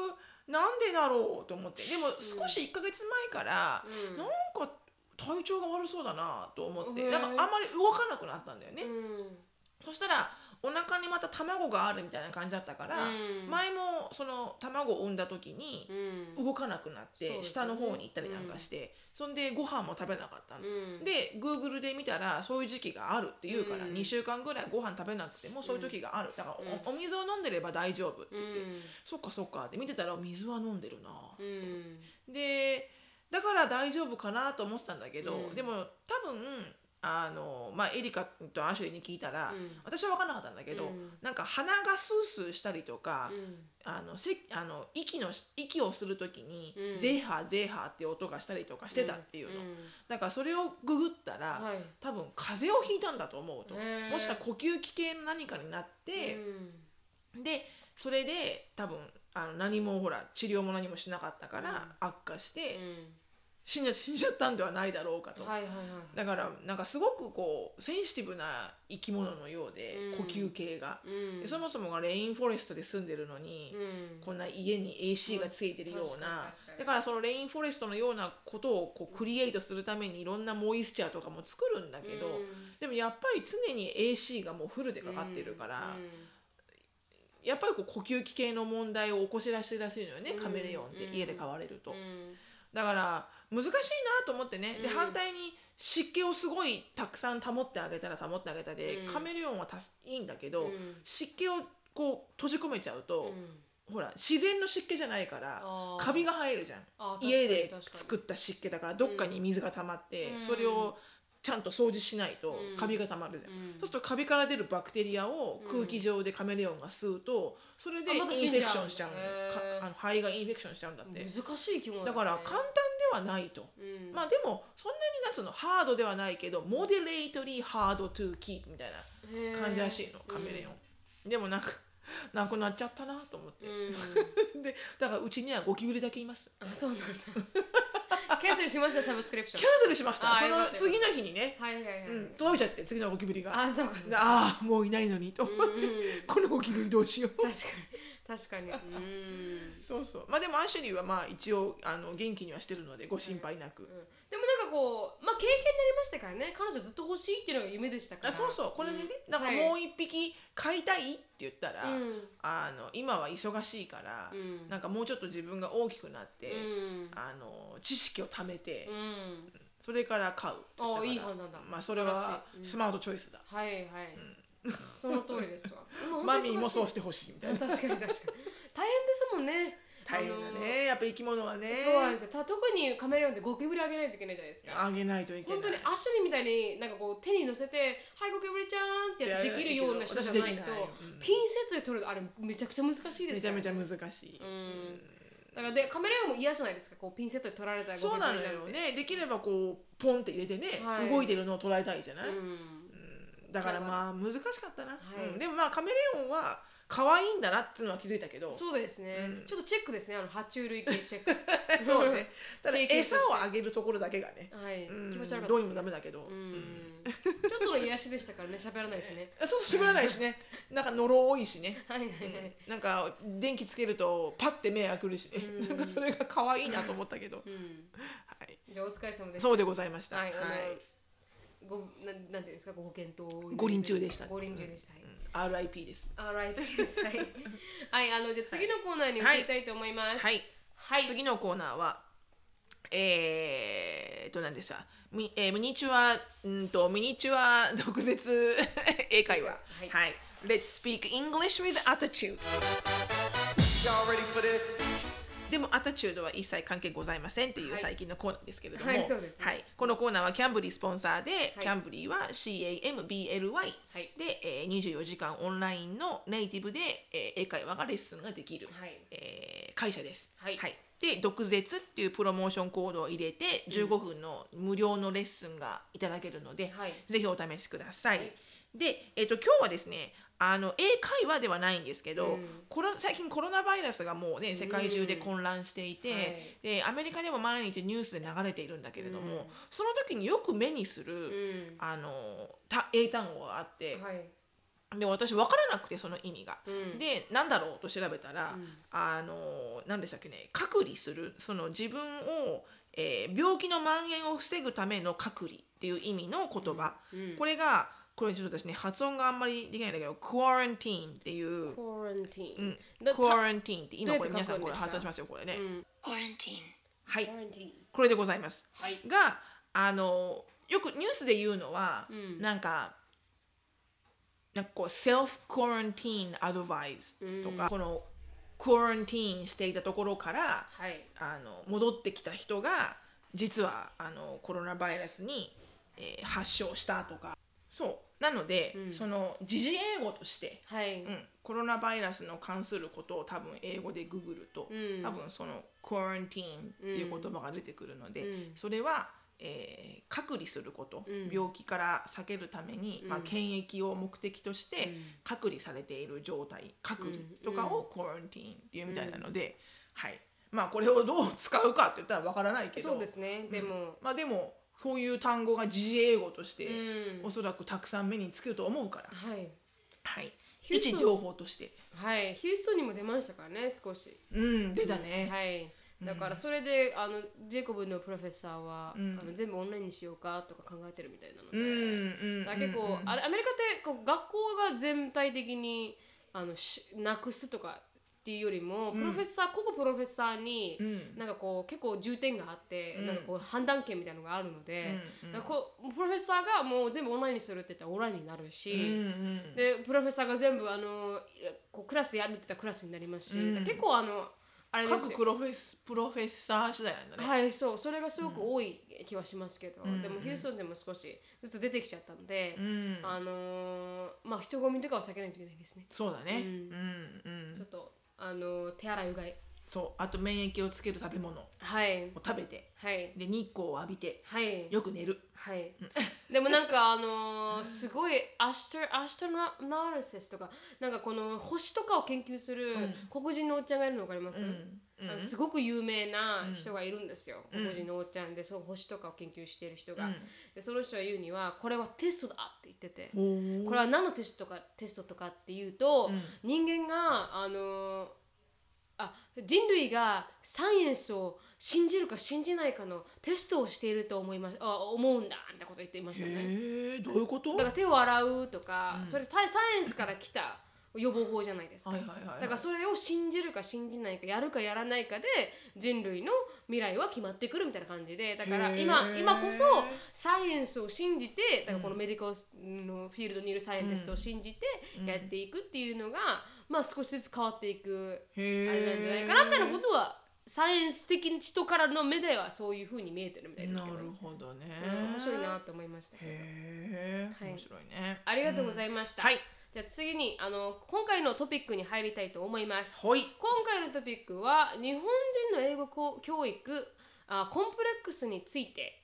Speaker 2: なんでだろうと思ってでも少し1ヶ月前から、
Speaker 1: うん
Speaker 2: なんか体調が悪そうだなと思って、
Speaker 1: へえ
Speaker 2: なんかあんまり動かなくなったんだよね、
Speaker 1: うん
Speaker 2: そしたらお腹にまた卵があるみたいな感じだったから、
Speaker 1: うん
Speaker 2: 前もその卵を産んだ時に
Speaker 1: うん
Speaker 2: 動かなくなっ
Speaker 1: そう
Speaker 2: て、
Speaker 1: ですね
Speaker 2: 下の方に行ったりなんかして、そんでご飯も食べなかったの、
Speaker 1: うん
Speaker 2: で Google で見たらそういう時期があるって言うから、
Speaker 1: うん
Speaker 2: 2週間ぐらいご飯食べなくてもそういう時があるだからお,、水を飲んでれば大丈夫って
Speaker 1: う
Speaker 2: 言って、
Speaker 1: ん
Speaker 2: そっかそっかって見てたら水は飲んでるな
Speaker 1: うん
Speaker 2: でだから大丈夫かなと思ってたんだけど、
Speaker 1: うん
Speaker 2: でも多分あの、まあ、エリカとアシュリーに聞いたら、
Speaker 1: うん
Speaker 2: 私は分からなかったんだけ
Speaker 1: う
Speaker 2: ど、
Speaker 1: ん
Speaker 2: なんか鼻がスースーしたりとか、
Speaker 1: うん
Speaker 2: あのせあの息のし息をする時に、
Speaker 1: うん
Speaker 2: ゼーハーゼーハーって音がしたりとかしてたっていうの、
Speaker 1: ん
Speaker 2: だからそれをググったら、
Speaker 1: はい
Speaker 2: 多分風邪をひいたんだと思うと、
Speaker 1: へー
Speaker 2: もしくは呼吸器系の何かになって、
Speaker 1: うん
Speaker 2: でそれで多分あの何もほら治療も何もしなかったから、
Speaker 1: うん
Speaker 2: 悪化して、
Speaker 1: う
Speaker 2: 死んじゃ <laughs> 死んじゃったんではないだろうかと、
Speaker 1: んはいはいはい
Speaker 2: だからなんかすごくこうセンシティブな生き物のようで、
Speaker 1: うん
Speaker 2: 呼吸系が、
Speaker 1: うん
Speaker 2: でそもそもがレインフォレストで住んでるのに、
Speaker 1: うん
Speaker 2: こんな家に AC がついてるよ
Speaker 1: うん
Speaker 2: うな、
Speaker 1: 確かに確かに
Speaker 2: だからそのレインフォレストのようなことをこうクリエイトするためにいろんなモイスチャーとかも作るんだけど、
Speaker 1: うん
Speaker 2: でもやっぱり常に AC がもうフルでかかってるから。
Speaker 1: うん
Speaker 2: やっぱりこう呼吸器系の問題を起こし出してらしいのよね、
Speaker 1: うん
Speaker 2: カメレオンって
Speaker 1: うん
Speaker 2: 家で飼われると、
Speaker 1: うん
Speaker 2: だから難しいなと思ってね、
Speaker 1: う
Speaker 2: で
Speaker 1: ん
Speaker 2: 反対に湿気をすごいたくさん保ってあげたら保ってあげたで、
Speaker 1: うん
Speaker 2: カメレオンはたすいいんだけど、
Speaker 1: うん
Speaker 2: 湿気をこう閉じ込めちゃうと
Speaker 1: う、ん
Speaker 2: ほら自然の湿気じゃないから
Speaker 1: あー
Speaker 2: カビが生えるじゃん
Speaker 1: あー
Speaker 2: 家で
Speaker 1: 確かに確かに
Speaker 2: 作った湿気だからどっかに水が溜まって、
Speaker 1: うん
Speaker 2: それをちゃんと掃除しないと
Speaker 1: うん
Speaker 2: カビが溜まるじゃん、
Speaker 1: うん
Speaker 2: そうするとカビから出るバクテリアを
Speaker 1: うん
Speaker 2: 空気上でカメレオンが吸うとそれでイ
Speaker 1: あ
Speaker 2: ン
Speaker 1: また
Speaker 2: フ
Speaker 1: 死ん
Speaker 2: ェ
Speaker 1: じゃう
Speaker 2: クションしちゃうのよ
Speaker 1: へー
Speaker 2: かあの肺がインフェクションしちゃうんだって
Speaker 1: 難しい生き物で
Speaker 2: だ
Speaker 1: すね
Speaker 2: から簡単ではないと、
Speaker 1: うん
Speaker 2: まあでもそんなになんつうのハードではないけどモデレートリーハードトゥーキーみたいな
Speaker 1: へー
Speaker 2: 感じらしいのカメレオン、でもなんか <laughs> なくなっちゃったなと思って
Speaker 1: う、ん
Speaker 2: でだからうちにはゴキブリだけいます
Speaker 1: あそうなんだキャンセルしましたサブスクリプショ
Speaker 2: キ
Speaker 1: ン
Speaker 2: ャンセルしました
Speaker 1: あー
Speaker 2: そ
Speaker 1: よか
Speaker 2: の
Speaker 1: った
Speaker 2: 次の日にね、
Speaker 1: はいはいはい、
Speaker 2: うん、届いちゃって次のゴキブリがあ
Speaker 1: あそうかそうか
Speaker 2: あーもういないのにと、
Speaker 1: うんうん
Speaker 2: このゴキブリどうしよう
Speaker 1: 確かに確か
Speaker 2: <laughs>
Speaker 1: にうん
Speaker 2: そうそうまあでもアシュリーはまあ一応あの元気にはしてるのでご心配なく、
Speaker 1: うんでもなんかこうまあ経験になりましたからね彼女ずっと欲しいっていうのが夢でしたから
Speaker 2: あそうそうこれでね、
Speaker 1: うん
Speaker 2: なんか
Speaker 1: はい
Speaker 2: もう一匹飼いたいって言ったら、
Speaker 1: うん
Speaker 2: あの今は忙しいから、
Speaker 1: うん
Speaker 2: なんかもうちょっと自分が大きくなって、
Speaker 1: うん
Speaker 2: あの知識を貯めて、
Speaker 1: うん
Speaker 2: それから飼うって言ったから
Speaker 1: あいい判断だ
Speaker 2: まあそれ
Speaker 1: 素晴
Speaker 2: は
Speaker 1: らしいうん
Speaker 2: スマートチョイスだ、
Speaker 1: はいはい、その通りです
Speaker 2: <laughs>
Speaker 1: わ
Speaker 2: マミーもそう
Speaker 1: し
Speaker 2: してほしいみたい
Speaker 1: 確
Speaker 2: な
Speaker 1: かに確かに大変ですもんね
Speaker 2: 大変だ
Speaker 1: あの
Speaker 2: ねやっぱ生き物はね
Speaker 1: そうなんですよた特にカメレオンってゴキブリあげないといけないじゃないですか
Speaker 2: あげないといけない
Speaker 1: 本当にアシュリーみたいになんかこう手に乗せて「はいゴキブリちゃん」ってやってできるような人じゃないと
Speaker 2: 私できないうん
Speaker 1: ピンセットで取るのあれめちゃくちゃ難しいですから
Speaker 2: めちゃめちゃ難しい、
Speaker 1: うんだからでカメレオンも嫌じゃないですかこうピンセットで取られたゴキブ
Speaker 2: そう
Speaker 1: リ
Speaker 2: な
Speaker 1: なん
Speaker 2: の
Speaker 1: て
Speaker 2: よねできればこうポンって入れてね、
Speaker 1: はい
Speaker 2: 動いてるのを捉えたいじゃ
Speaker 1: う
Speaker 2: ない、
Speaker 1: ん
Speaker 2: だからまあ難しかったな、
Speaker 1: い
Speaker 2: うんでもまあカメレオンは可愛いんだなっていうのは気づいたけど
Speaker 1: そうですね、
Speaker 2: うん
Speaker 1: ちょっとチェックですねあの爬虫類系チェック
Speaker 2: <laughs> そうねただ
Speaker 1: 経験として
Speaker 2: 餌をあげるところだけがね、
Speaker 1: はい、
Speaker 2: うん
Speaker 1: 気持ち悪かった
Speaker 2: ど
Speaker 1: で
Speaker 2: う
Speaker 1: す
Speaker 2: にもダメだけど、
Speaker 1: うんちょっとの癒しでしたからね喋らないしね
Speaker 2: あそうそう絞らないしねなんか呪多いしね
Speaker 1: はいはいはい <laughs>
Speaker 2: なんか電気つけるとパッて目がくるしね、
Speaker 1: うん
Speaker 2: なんかそれが可愛いなと思ったけど、
Speaker 1: うん
Speaker 2: はい、
Speaker 1: じゃあお疲れ様です
Speaker 2: そうでございました、
Speaker 1: はい、
Speaker 2: は
Speaker 1: あのごなんなんていうんですかご検討を
Speaker 2: ご臨終でした
Speaker 1: ご臨終でした、はい
Speaker 2: いうん RIP です
Speaker 1: RIP ですはい、 <laughs> はい、あのじゃあ次のコーナーに移りたいと思います
Speaker 2: はい
Speaker 1: はい、
Speaker 2: 次のコーナーはえー、っと何でしたミ,、えーミニチュアうんとミニチュア <laughs> 毒舌英会話
Speaker 1: はい
Speaker 2: はい、Let's speak English with attitude
Speaker 3: Y'all ready for this?
Speaker 2: でもアタチュードは一切関係ございませんっていう
Speaker 1: はい
Speaker 2: 最近のコーナーですけれども、
Speaker 1: はいそうですね
Speaker 2: はいこのコーナーはキャンブリースポンサーで、
Speaker 1: い
Speaker 2: キャンブリーは CAMBLY
Speaker 1: はい
Speaker 2: で、えー、24時間オンラインのネイティブで、えー英会話がレッスンができる、
Speaker 1: はい
Speaker 2: えー会社です。
Speaker 1: はい
Speaker 2: で「毒舌」っていうプロモーションコードを入れて15分の無料のレッスンがいただけるので、
Speaker 1: はい
Speaker 2: ぜひお試しください。
Speaker 1: はい
Speaker 2: で、えっと今日はですねあの英会話ではないんですけど、
Speaker 1: うん
Speaker 2: コロ最近コロナウイルスがもうね世界中で混乱していて、
Speaker 1: うんはい
Speaker 2: でアメリカでも毎日ニュースで流れているんだけれども、
Speaker 1: うん
Speaker 2: その時によく目にする、
Speaker 1: うん
Speaker 2: あのた英単語があって、
Speaker 1: はい
Speaker 2: で私分からなくてその意味が。
Speaker 1: うん
Speaker 2: で何だろうと調べたら、
Speaker 1: うん
Speaker 2: あの何でしたっけね隔離するその自分を、えー病気の蔓延を防ぐための隔離っていう意味の言葉、
Speaker 1: うん
Speaker 2: これがこれちょっと私ね発音があんまりできないんだけど「クアランティーン」っていう「
Speaker 1: quarantine
Speaker 2: うん、
Speaker 1: だ
Speaker 2: クアランティーン」って今これ
Speaker 1: どうやっ
Speaker 2: 皆
Speaker 1: て
Speaker 2: さ
Speaker 1: 書くん
Speaker 2: んこ
Speaker 1: で
Speaker 2: れ
Speaker 1: すか
Speaker 2: 発音しますよこれね、
Speaker 1: うん
Speaker 3: quarantine,
Speaker 2: はい
Speaker 1: はい
Speaker 2: これでございます
Speaker 1: はい
Speaker 2: があのよくニュースで言うのは、
Speaker 1: うん
Speaker 2: なんかなんかこう「self quarantine advice」とか、この「quarantine」していたところから
Speaker 1: はい
Speaker 2: あの戻ってきた人が実はあのコロナウイルスに、えー発症したとかそうなので、
Speaker 1: うん
Speaker 2: その時事英語として、
Speaker 1: はい
Speaker 2: うん、コロナウイルスの関することを多分英語でググると、
Speaker 1: うん
Speaker 2: 多分その「quarantine」っていう言葉が出てくるので、
Speaker 1: うん
Speaker 2: それは、えー隔離すること、
Speaker 1: うん
Speaker 2: 病気から避けるために、まあ、
Speaker 1: うん
Speaker 2: 検疫を目的として、
Speaker 1: うん
Speaker 2: 隔離されている状態隔離とかを「quarantine」っていうみたいなので、はいまあこれをどう使うかって言ったらわからないけど
Speaker 1: そうですねでも
Speaker 2: まあでもそういう単語が時事英語とし
Speaker 1: う
Speaker 2: て、
Speaker 1: ん
Speaker 2: おそらくたくさん目につくと思うから、
Speaker 1: はい
Speaker 2: はい、
Speaker 1: ヒューストン
Speaker 2: 一情報として、
Speaker 1: はいヒューストンにも出ましたからね少し
Speaker 2: うん、出たね。
Speaker 1: はいだからそれであのジェイコブのプロフェッサーは、
Speaker 2: うん
Speaker 1: あの全部オンラインにしようかとか考えてるみたいなので、
Speaker 2: うんうん
Speaker 1: だから結構、
Speaker 2: うんうん
Speaker 1: あれアメリカってこう学校が全体的にあのしなくすとかっていうよりも、プロフェッサー個々プロフェッサーに、
Speaker 2: うん
Speaker 1: なんかこう結構重点があって、
Speaker 2: うん
Speaker 1: なんかこう判断権みたいなのがあるので、
Speaker 2: うんうん
Speaker 1: だからこうプロフェッサーがもう全部オンラインにするって言ったらオンラインになるし、
Speaker 2: うんうん
Speaker 1: でプロフェッサーが全部あのいやこうクラスでやるって言ったらクラスになりますし、
Speaker 2: うん
Speaker 1: 結構あのあれです
Speaker 2: 各
Speaker 1: よ
Speaker 2: プロフェスプロフェッサー次第なんだね。
Speaker 1: はいそうそれがすごく多い気はしますけど、
Speaker 2: うん
Speaker 1: でもヒューストンでも少しずっと出てきちゃったので、
Speaker 2: うん、
Speaker 1: あのーまあ人混みとかは避けないといけないですね、
Speaker 2: そうだね。
Speaker 1: う
Speaker 2: うんんうん
Speaker 1: ちょっとあのー手洗いうがい
Speaker 2: そうあと免疫をつける食べ物を
Speaker 1: はい
Speaker 2: 食べて
Speaker 1: はい
Speaker 2: で日光を浴びて
Speaker 1: はい
Speaker 2: よく寝る。
Speaker 1: はいでもなんかあ
Speaker 2: <laughs>
Speaker 1: のーすごいアストアストナナルシスとかなんかこの星とかを研究する黒人のおっちゃんがいるの分かります、
Speaker 2: うん
Speaker 1: あの
Speaker 2: う
Speaker 1: すごく有名な人がいるんですよ、
Speaker 2: うん
Speaker 1: 黒人のおっちゃんでその星とかを研究している人が、
Speaker 2: うん
Speaker 1: でその人が言うにはこれはテストだって言ってて、
Speaker 2: ん、
Speaker 1: これは何のテストとかテストとかっていうと、
Speaker 2: うん
Speaker 1: 人間があのーあ人類がサイエンスを信じるか信じないかのテストをしていると思いまあ思うんだみたいなこと言っていましたね。
Speaker 2: えー、どういうこと？
Speaker 1: だから手を洗うとか、
Speaker 2: うん
Speaker 1: それ対サイエンスから来た予防法じゃないですか。
Speaker 2: はいはいは
Speaker 1: だ
Speaker 2: い、
Speaker 1: からそれを信じるか信じないかやるかやらないかで人類の未来は決まってくるみたいな感じでだから
Speaker 2: へー
Speaker 1: 今今こそサイエンスを信じてだからこのメディカルのフィールドにいるサイエンティストを信じてやっていくっていうのが、まあ少しずつ変わっていくあ
Speaker 2: へー
Speaker 1: れなんじゃないかなみたいなことはサイエンス的に人からの目ではそういうふうに見えてるみたいですけど、
Speaker 2: な
Speaker 1: う
Speaker 2: る
Speaker 1: ん、
Speaker 2: ほどね。
Speaker 1: 面白いな。と思いましたけど
Speaker 2: へえ、
Speaker 1: はい
Speaker 2: 面白いね。
Speaker 1: ありがとうございました、
Speaker 2: はい
Speaker 1: じゃあ次にあの今回のトピックに入りたいと思います
Speaker 2: ほい。
Speaker 1: 今回のトピックは日本人の英語こう教育あコンプレックスについて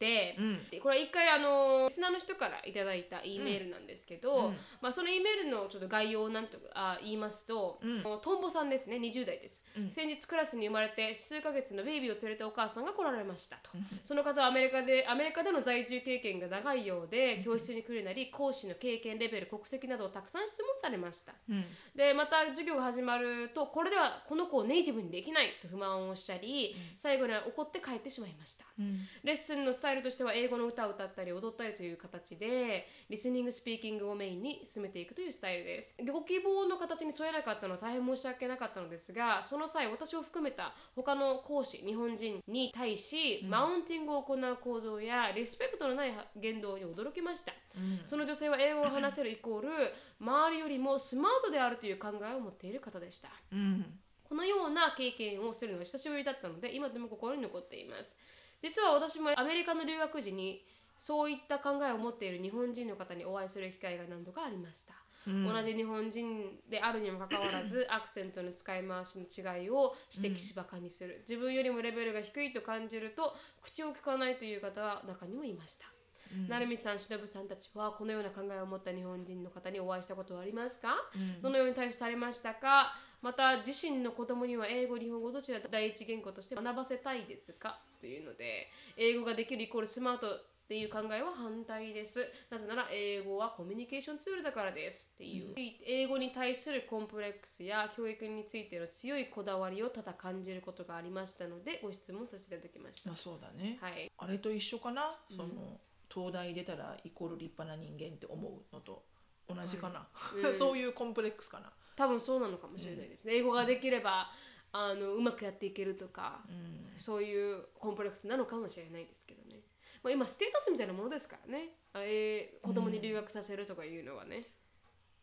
Speaker 1: で
Speaker 2: う、ん。
Speaker 1: でこれは一回あのリスナーの人からいただいた E メールなんですけど、
Speaker 2: うん
Speaker 1: まあ、その E メールのちょっと概要をなんとかあ言いますと、
Speaker 2: うん
Speaker 1: トンボさんですね20代です、
Speaker 2: うん
Speaker 1: 先日クラスに生まれて数ヶ月のベイビーを連れたお母さんが来られましたと、
Speaker 2: ん
Speaker 1: その方はアメリカでアメリカでの在住経験が長いようで教室に来るなり講師の経験レベル国籍などをたくさん質問されました
Speaker 2: うん。
Speaker 1: でまた授業が始まるとこれではこの子をネイティブにできないと不満をおっしゃり、最後には怒って帰ってしまいました
Speaker 2: うん。
Speaker 1: レッスンのスタイルとしては英語の歌を歌ったり踊ったりという形でリスニングスピーキングをメインに進めていくというスタイルですご希望の形に添えなかったのは大変申し訳なかったのですがその際私を含めた他の講師日本人に対し、マウンティングを行う行動やリスペクトのない言動に驚きました
Speaker 2: うん
Speaker 1: その女性は英語を話せるイコール周りよりもスマートであるという考えを持っている方でした。
Speaker 2: うん。
Speaker 1: このような経験をするのは久しぶりだったので今でも心に残っています実は私もアメリカの留学時にそういった考えを持っている日本人の方にお会いする機会が何度かありました、同じ日本人であるにもかかわらずアクセントの使い回しの違いを指摘しバカにする、自分よりもレベルが低いと感じると口を聞かないという方は中にもいました、なるみさんしのぶさんたちはこのような考えを持った日本人の方にお会いしたことはありますか、どのように対処されましたかまた自身の子供には英語日本語どちら第一言語として学ばせたいですかというので英語ができるイコールスマートっていう考えは反対ですなぜなら英語はコミュニケーションツールだからですっていう、英語に対するコンプレックスや教育についての強いこだわりを多々感じることがありましたのでご質問させていただきました
Speaker 2: まあそうだね、
Speaker 1: はい
Speaker 2: あれと一緒かなその、東大出たらイコール立派な人間って思うのと同じかな、 <laughs> そういうコンプレックスかな
Speaker 1: 多分そうなのかもしれないですね、英語ができればあのうまくやっていけるとか、そういうコンプレックスなのかもしれないですけどね、まあ、今ステータスみたいなものですからね、あえー子供に留学させるとかいうのはね、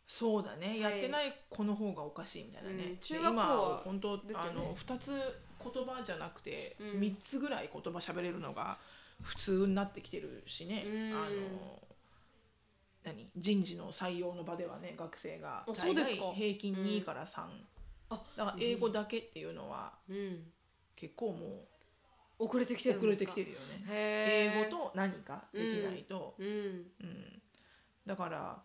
Speaker 2: そうだね、やってない子の方がおかしいみたいな
Speaker 1: う
Speaker 2: ね、
Speaker 1: ん
Speaker 2: で
Speaker 1: 中学校は
Speaker 2: 今は本当、
Speaker 1: ですよね
Speaker 2: あの2つ言葉じゃなくて、3つぐらい言葉喋れるのが普通になってきてるしね、
Speaker 1: うん
Speaker 2: あの何人事の採用の場ではね学生が
Speaker 1: あそうですか
Speaker 2: 大概平均2から3、
Speaker 1: あ
Speaker 2: だから英語だけっていうのは
Speaker 1: うん、
Speaker 2: 結構も
Speaker 1: 遅れてき
Speaker 2: う
Speaker 1: てるん
Speaker 2: 遅
Speaker 1: で
Speaker 2: れ
Speaker 1: す
Speaker 2: て
Speaker 1: か
Speaker 2: きてるよね、
Speaker 1: へー
Speaker 2: 英語と何かできないと、
Speaker 1: うん、
Speaker 2: うんだから、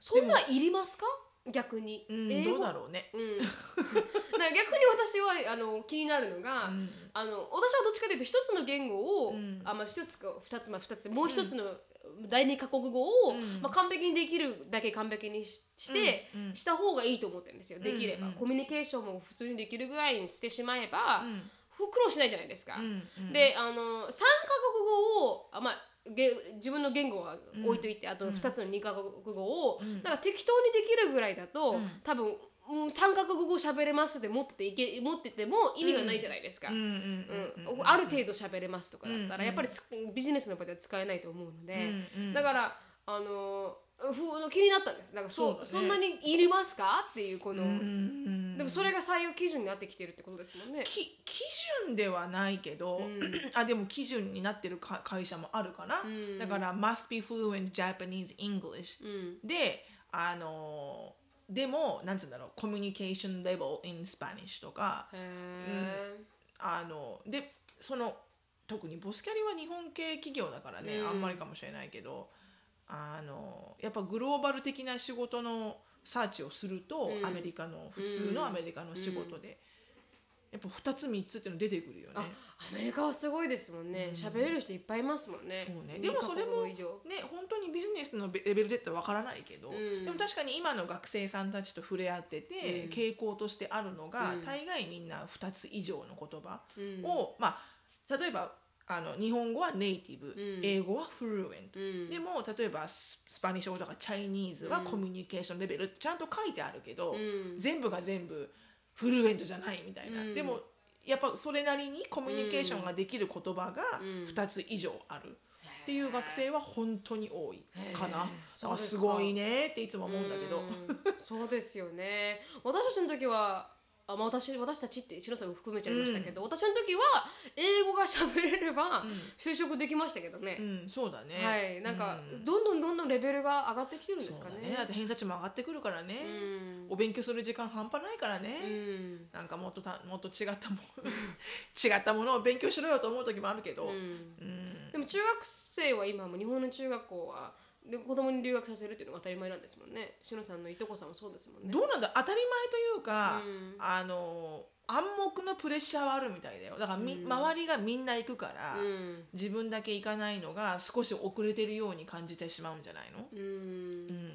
Speaker 1: そんなんいりますか逆に、
Speaker 2: うん
Speaker 1: 英
Speaker 2: ど
Speaker 1: 語
Speaker 2: うだろうね。
Speaker 1: うんなんか逆に私はあの気になるのが、
Speaker 2: うん
Speaker 1: あの私はどっちかというと一つの言語を、
Speaker 2: うん
Speaker 1: あまあ一つか二つまあ二つもう一つの第二カ国語を、
Speaker 2: うん
Speaker 1: まあ、完璧にできるだけ完璧にしして、
Speaker 2: うんうん
Speaker 1: した方がいいと思ってるんですよできれば、
Speaker 2: うんうん
Speaker 1: コミュニケーションも普通にできるぐらいにしてしまえば、
Speaker 2: うん
Speaker 1: 苦労しないじゃないですか。
Speaker 2: うんうん
Speaker 1: であの3カ国語をあ、まあ、げ自分の言語は置いといて、あと2つの2カ国語を、
Speaker 2: うん
Speaker 1: なんか適当にできるぐらいだと、
Speaker 2: うん
Speaker 1: 多分、うん、3カ国語喋れますで持ってていけ持ってても意味がないじゃないですか。
Speaker 2: うんうんうんうん
Speaker 1: うんある程度喋れますとかだった
Speaker 2: うんう
Speaker 1: ら
Speaker 2: ん
Speaker 1: やっぱりつビジネスの場では使えないと思うので、
Speaker 2: うんうん
Speaker 1: だからあのふの気になったんですだからそそ,、
Speaker 2: そうだね
Speaker 1: んなにいりますかっていうこの、
Speaker 2: うんうん
Speaker 1: でもそれが採用基準になってきてるってことですもんね。
Speaker 2: き基準ではないけど、あでも基準になってるか会社もあるかな、
Speaker 1: ん
Speaker 2: だから must be fluent Japanese English
Speaker 1: うん
Speaker 2: であのーでもなんつうんだろうコミュニケーションレベル in Spanish とか
Speaker 1: へー
Speaker 2: あのでその特にボスキャリは日本系企業だからね、
Speaker 1: うん
Speaker 2: あんまりかもしれないけどあのやっぱグローバル的な仕事のサーチをすると、
Speaker 1: うん
Speaker 2: アメリカの普通のアメリカの仕事で、やっぱ2つ3つっていうの出てくるよね。
Speaker 1: あアメリカはすごいですもんね喋、れる人いっぱいいますもんね
Speaker 2: そうね
Speaker 1: 二
Speaker 2: でもそれ
Speaker 1: カ国
Speaker 2: も
Speaker 1: 語
Speaker 2: ね
Speaker 1: 以上
Speaker 2: 本当にビジネスのレベルでってわからないけど、
Speaker 1: ん
Speaker 2: でも確かに今の学生さんたちと触れ合ってて、
Speaker 1: うん
Speaker 2: 傾向としてあるのが、
Speaker 1: うん
Speaker 2: 大概みんな2つ以上の言葉
Speaker 1: うん
Speaker 2: を、まあ例えばあの日本語はネイティブ、
Speaker 1: ん
Speaker 2: 英語はフルエント、
Speaker 1: うん
Speaker 2: でも例えばススパニッシュ語とかチャイニーズはコミュニケーションレベルってちゃんと書いてあるけど、
Speaker 1: ん
Speaker 2: 全部が全部フルエントじゃないみたいな、
Speaker 1: うん
Speaker 2: でもやっぱそれなりにコミュニケーションができる言葉が
Speaker 1: うん
Speaker 2: 2つ以上あるっていう学生は本当に多いかな
Speaker 1: へー。そう
Speaker 2: あ
Speaker 1: ですか
Speaker 2: すごいねっていつも思うんだけど。
Speaker 1: うんそうですよね私たちの時はあ、まあ、私私たちって一ノさんも含めちゃいましたけど、私の時は英語が喋れれば就職できましたけどね、
Speaker 2: うん、そうだね。
Speaker 1: はいなんか、
Speaker 2: うん
Speaker 1: どんどんどんどんレベルが上がってきてるんで
Speaker 2: そう
Speaker 1: すか
Speaker 2: だ
Speaker 1: ね
Speaker 2: ね。だって偏差値も上がってくるからね。
Speaker 1: うん
Speaker 2: お勉強する時間半端ないからね。
Speaker 1: うん
Speaker 2: なんかもっとたもっと違ったもの <laughs> 違ったものを勉強しろよと思う時もあるけど、
Speaker 1: うん
Speaker 2: うん
Speaker 1: でも中学生は今も日本の中学校はで子供に留学させるっていうのが当たり前なんですもんね。しのさんのいとこさんもそうですもんね。
Speaker 2: どうなんだ当たり前というか、
Speaker 1: うん
Speaker 2: あの暗黙のプレッシャーはあるみたいだよだからみ、周りがみんな行くから、
Speaker 1: うん
Speaker 2: 自分だけ行かないのが少し遅れてるように感じてしまうんじゃないの、
Speaker 1: うん
Speaker 2: うん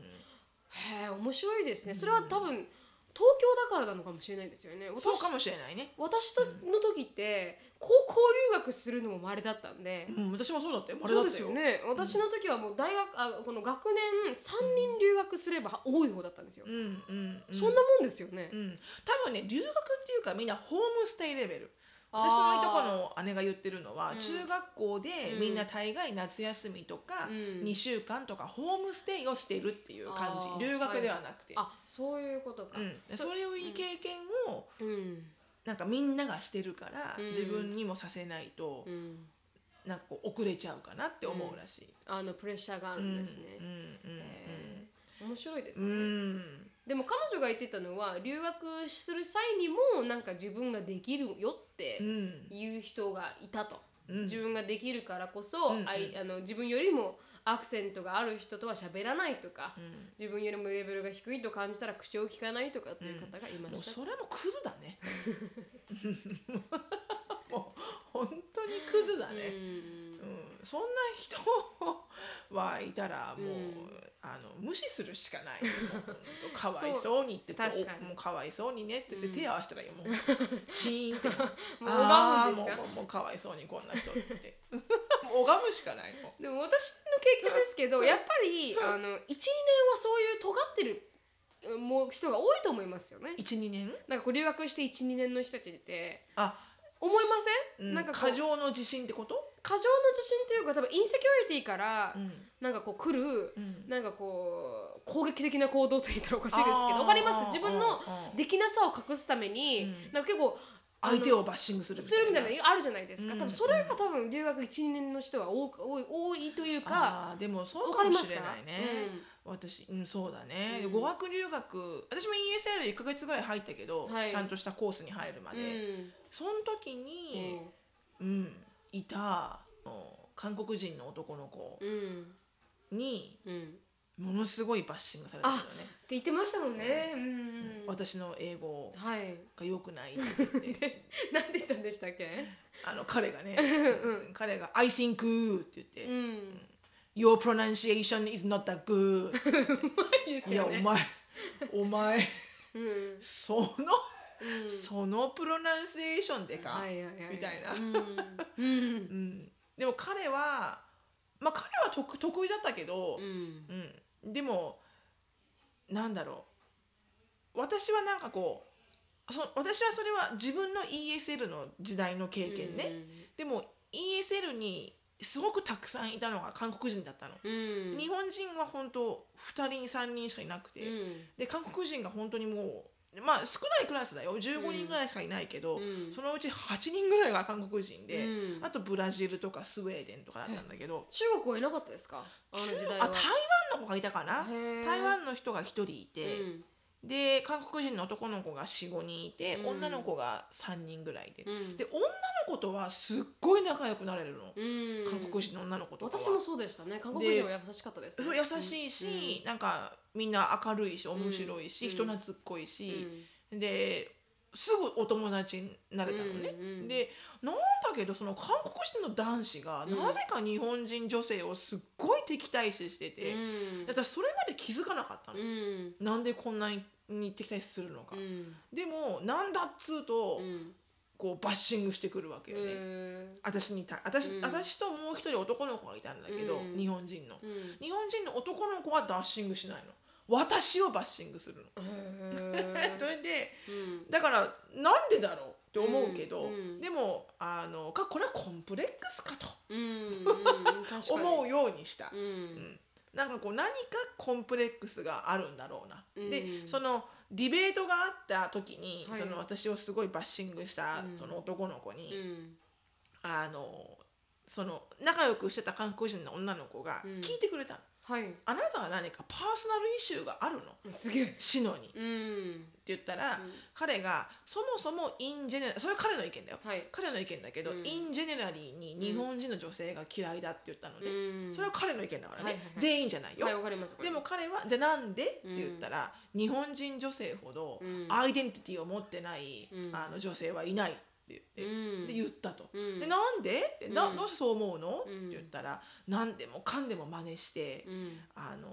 Speaker 1: へえ面白いですね。それは多分東京だからなのかもしれないですよね。私
Speaker 2: そうかもしれないね、
Speaker 1: 私との時って高校留学するのも稀だったんで。
Speaker 2: うん、私もそうだってあれだ
Speaker 1: そう
Speaker 2: っ
Speaker 1: で
Speaker 2: た
Speaker 1: す
Speaker 2: よ
Speaker 1: よね私の時はもう大学あこの学年3人留学すれば多い方だったんですよ、
Speaker 2: うんうんうん、
Speaker 1: そんなもんですよね、
Speaker 2: うん、多分ね留学っていうかみんなホームステイレベル
Speaker 1: あー
Speaker 2: 私のいとこの姉が言ってるのは、
Speaker 1: うん
Speaker 2: 中学校で
Speaker 1: うん
Speaker 2: みんな大概夏休みとか
Speaker 1: うん
Speaker 2: 2週間とかホームステイをしているっていう感
Speaker 1: あー
Speaker 2: じ留学ではなくて、
Speaker 1: あそういうことか、
Speaker 2: うん、それをいい経験も
Speaker 1: うん
Speaker 2: なんかみんながしてるから、
Speaker 1: うん
Speaker 2: 自分にもさせないと、
Speaker 1: うん
Speaker 2: なんかこう遅れちゃうかなって思うらしい。
Speaker 1: あのプレッシャーがあるんですね
Speaker 2: うん、
Speaker 1: へー面白いです
Speaker 2: うんうん
Speaker 1: ね、
Speaker 2: うん
Speaker 1: でも彼女が言ってたのは留学する際にもなんか自分ができるよって
Speaker 2: うん
Speaker 1: いう人がいたと、
Speaker 2: うん
Speaker 1: 自分ができるからこそ、
Speaker 2: うん
Speaker 1: あいあの自分よりもアクセントがある人とは喋らないとか、
Speaker 2: うん
Speaker 1: 自分よりもレベルが低いと感じたら口を聞かないとかっていう方がいま
Speaker 2: もう
Speaker 1: した、
Speaker 2: それはもうクズだね。 <laughs> もう本当にクズだ
Speaker 1: うん
Speaker 2: ね。うん、そんな人はいたらもう、
Speaker 1: うん
Speaker 2: あの無視するしかない
Speaker 1: <laughs>
Speaker 2: かわいそうにって言って
Speaker 1: そう確かに
Speaker 2: おもうかわいそうにねって言って、
Speaker 1: うん
Speaker 2: 手合わせたらいいよもうチーンっ
Speaker 1: <laughs>
Speaker 2: て
Speaker 1: もう拝むん
Speaker 2: あー
Speaker 1: ですか
Speaker 2: もうもうもうかわいそうにこんな人って言って <laughs> もう拝むしかないも
Speaker 1: でも私の経験ですけどやっぱりあの12年はそういう尖ってるうんもう人が多いと思いますよね
Speaker 2: う。12年
Speaker 1: なんかこう留学して12年の人たちって
Speaker 2: あ、
Speaker 1: 思いませ、
Speaker 2: うんん、
Speaker 1: なんかこう
Speaker 2: 過剰の自信ってこと、
Speaker 1: 過剰の自信というか多分インセキュリティから
Speaker 2: うん
Speaker 1: なんかこう来る、
Speaker 2: うん
Speaker 1: なんかこう攻撃的な行動と言ったらおかしいですけ
Speaker 2: あー
Speaker 1: どわかります自分
Speaker 2: あ
Speaker 1: の
Speaker 2: ーあー
Speaker 1: できなさを隠すために、
Speaker 2: うん
Speaker 1: なんか結構あの
Speaker 2: 相手をバッシングする
Speaker 1: するみたいなのあるじゃないですか、
Speaker 2: うん
Speaker 1: 多分それが多分留学1年の人は多く多い多いというか
Speaker 2: あーでもそう
Speaker 1: わ
Speaker 2: か
Speaker 1: かり
Speaker 2: も
Speaker 1: ま
Speaker 2: し
Speaker 1: す
Speaker 2: れ
Speaker 1: か
Speaker 2: ないね、私、うん、そうだね、
Speaker 1: うん
Speaker 2: 語学留学私も ESL1 ヶ月ぐらい入ったけど、
Speaker 1: はい
Speaker 2: ちゃんとしたコースに入るま
Speaker 1: うん
Speaker 2: で、その時に、うんいたあの韓国人の男の子
Speaker 1: うんうん
Speaker 2: に
Speaker 1: うんって
Speaker 2: ものすごいバッシングされたんだよね、
Speaker 1: 言ってましたもんね、うんうん
Speaker 2: 私の英語
Speaker 1: はい <laughs>
Speaker 2: が良くないって言って
Speaker 1: なんて言ったんでしたっけ
Speaker 2: あの彼がね、彼が「I think」って言って、
Speaker 1: うん、
Speaker 2: Your pronunciation is not that good」
Speaker 1: いいです
Speaker 2: いや
Speaker 1: よ
Speaker 2: お
Speaker 1: ね。
Speaker 2: 前お前
Speaker 1: うん、うん
Speaker 2: そのそのプロナンシエーションでか、
Speaker 1: はいはいは
Speaker 2: みたいな
Speaker 1: うん、うん
Speaker 2: うん、でも彼はまあ彼は得得意だったけど
Speaker 1: う、ん
Speaker 2: うんでもなんだろう私はなんかこうそ私はそれは自分の ESL の時代の経験ね、でも ESL にすごくたくさんいたのが韓国人だったの、
Speaker 1: うん、
Speaker 2: 日本人は本当2人3人しかいなくて、で韓国人が本当にもうまあ少ないクラスだよ15人ぐらいしかいないけど、
Speaker 1: うん
Speaker 2: そのうち8人ぐらいが韓国人で、
Speaker 1: うん
Speaker 2: あとブラジルとかスウェーデンとかだったんだけど
Speaker 1: 中国はいなかったですかあの時代
Speaker 2: あ
Speaker 1: は
Speaker 2: 台湾の子がいたかな
Speaker 1: へー
Speaker 2: 台湾の人が1人いて、
Speaker 1: うん
Speaker 2: で韓国人の男の子が45人いて、
Speaker 1: うん
Speaker 2: 女の子が3人ぐらいで、
Speaker 1: うん
Speaker 2: で女の子とはすっごい仲良くなれるの、
Speaker 1: うん、
Speaker 2: 韓国人の女の子とかは
Speaker 1: 私もそうでしたね韓国人は優しかったです、ね、
Speaker 2: そう優しいし、なんかみんな明るいし面白いし、
Speaker 1: うん
Speaker 2: 人懐っこいし、
Speaker 1: うん
Speaker 2: ですぐお友達になれたのね、
Speaker 1: うんうん
Speaker 2: でなんだけどその韓国人の男子が
Speaker 1: うん
Speaker 2: なぜか日本人女性をすっごい敵対視してて、
Speaker 1: うん
Speaker 2: 私それまで気づかなかったの、
Speaker 1: うん
Speaker 2: なんでこんなに敵対視するのか、
Speaker 1: うん
Speaker 2: でもなんだっつうと、
Speaker 1: うん
Speaker 2: こうバッシングしてくるわけよね、
Speaker 1: へ
Speaker 2: 私にた私,、
Speaker 1: うん
Speaker 2: 私ともう一人男の子がいたんだけど、
Speaker 1: うん
Speaker 2: 日本人の
Speaker 1: ーうん
Speaker 2: 日本人の男の子はバッシングしないの私をバッシングするの、
Speaker 1: へ
Speaker 2: <laughs> それで
Speaker 1: ー
Speaker 2: <laughs>
Speaker 1: うん
Speaker 2: だからなんでだろうって思うけど、
Speaker 1: うんうん
Speaker 2: でもあのかこれはコンプレックスかと
Speaker 1: うんうん確かに
Speaker 2: 思うようにした、
Speaker 1: うん
Speaker 2: うんなんかこう何かコンプレックスがあるんだろうな、
Speaker 1: うん
Speaker 2: でそのディベートがあった時に、
Speaker 1: はい
Speaker 2: その私をすごいバッシングした
Speaker 1: うん
Speaker 2: その男の子
Speaker 1: う
Speaker 2: に、
Speaker 1: ん
Speaker 2: あのその仲良くしてた韓国人の女の子が
Speaker 1: うん
Speaker 2: 聞いてくれたの、
Speaker 1: はい
Speaker 2: あなたは何かパーソナルイシューがあるの
Speaker 1: すげえ
Speaker 2: シノに」って
Speaker 1: うん
Speaker 2: 言ったら、
Speaker 1: うん
Speaker 2: 彼がそもそもインジェネそれは彼の意見だよ、
Speaker 1: はい
Speaker 2: 彼の意見だけど、
Speaker 1: うん
Speaker 2: インジェネラリーに日本人の女性が嫌いだって言ったの
Speaker 1: う
Speaker 2: ね、
Speaker 1: ん
Speaker 2: それは彼の意見だから
Speaker 1: は
Speaker 2: ね、
Speaker 1: いはいはい
Speaker 2: 全員じゃないよ、
Speaker 1: はいわかりますわか
Speaker 2: で
Speaker 1: ります
Speaker 2: も彼はじゃあなんでって言ったら、日本人女性ほど
Speaker 1: うん
Speaker 2: アイデンティティを持ってない、
Speaker 1: うん
Speaker 2: あの女性はいないって言って、
Speaker 1: うん
Speaker 2: で言ったと。
Speaker 1: うん
Speaker 2: でなんでってな
Speaker 1: うん
Speaker 2: どうしてそう思うの、
Speaker 1: うん
Speaker 2: って言ったら何でもかんでも真似して、
Speaker 1: うん
Speaker 2: あの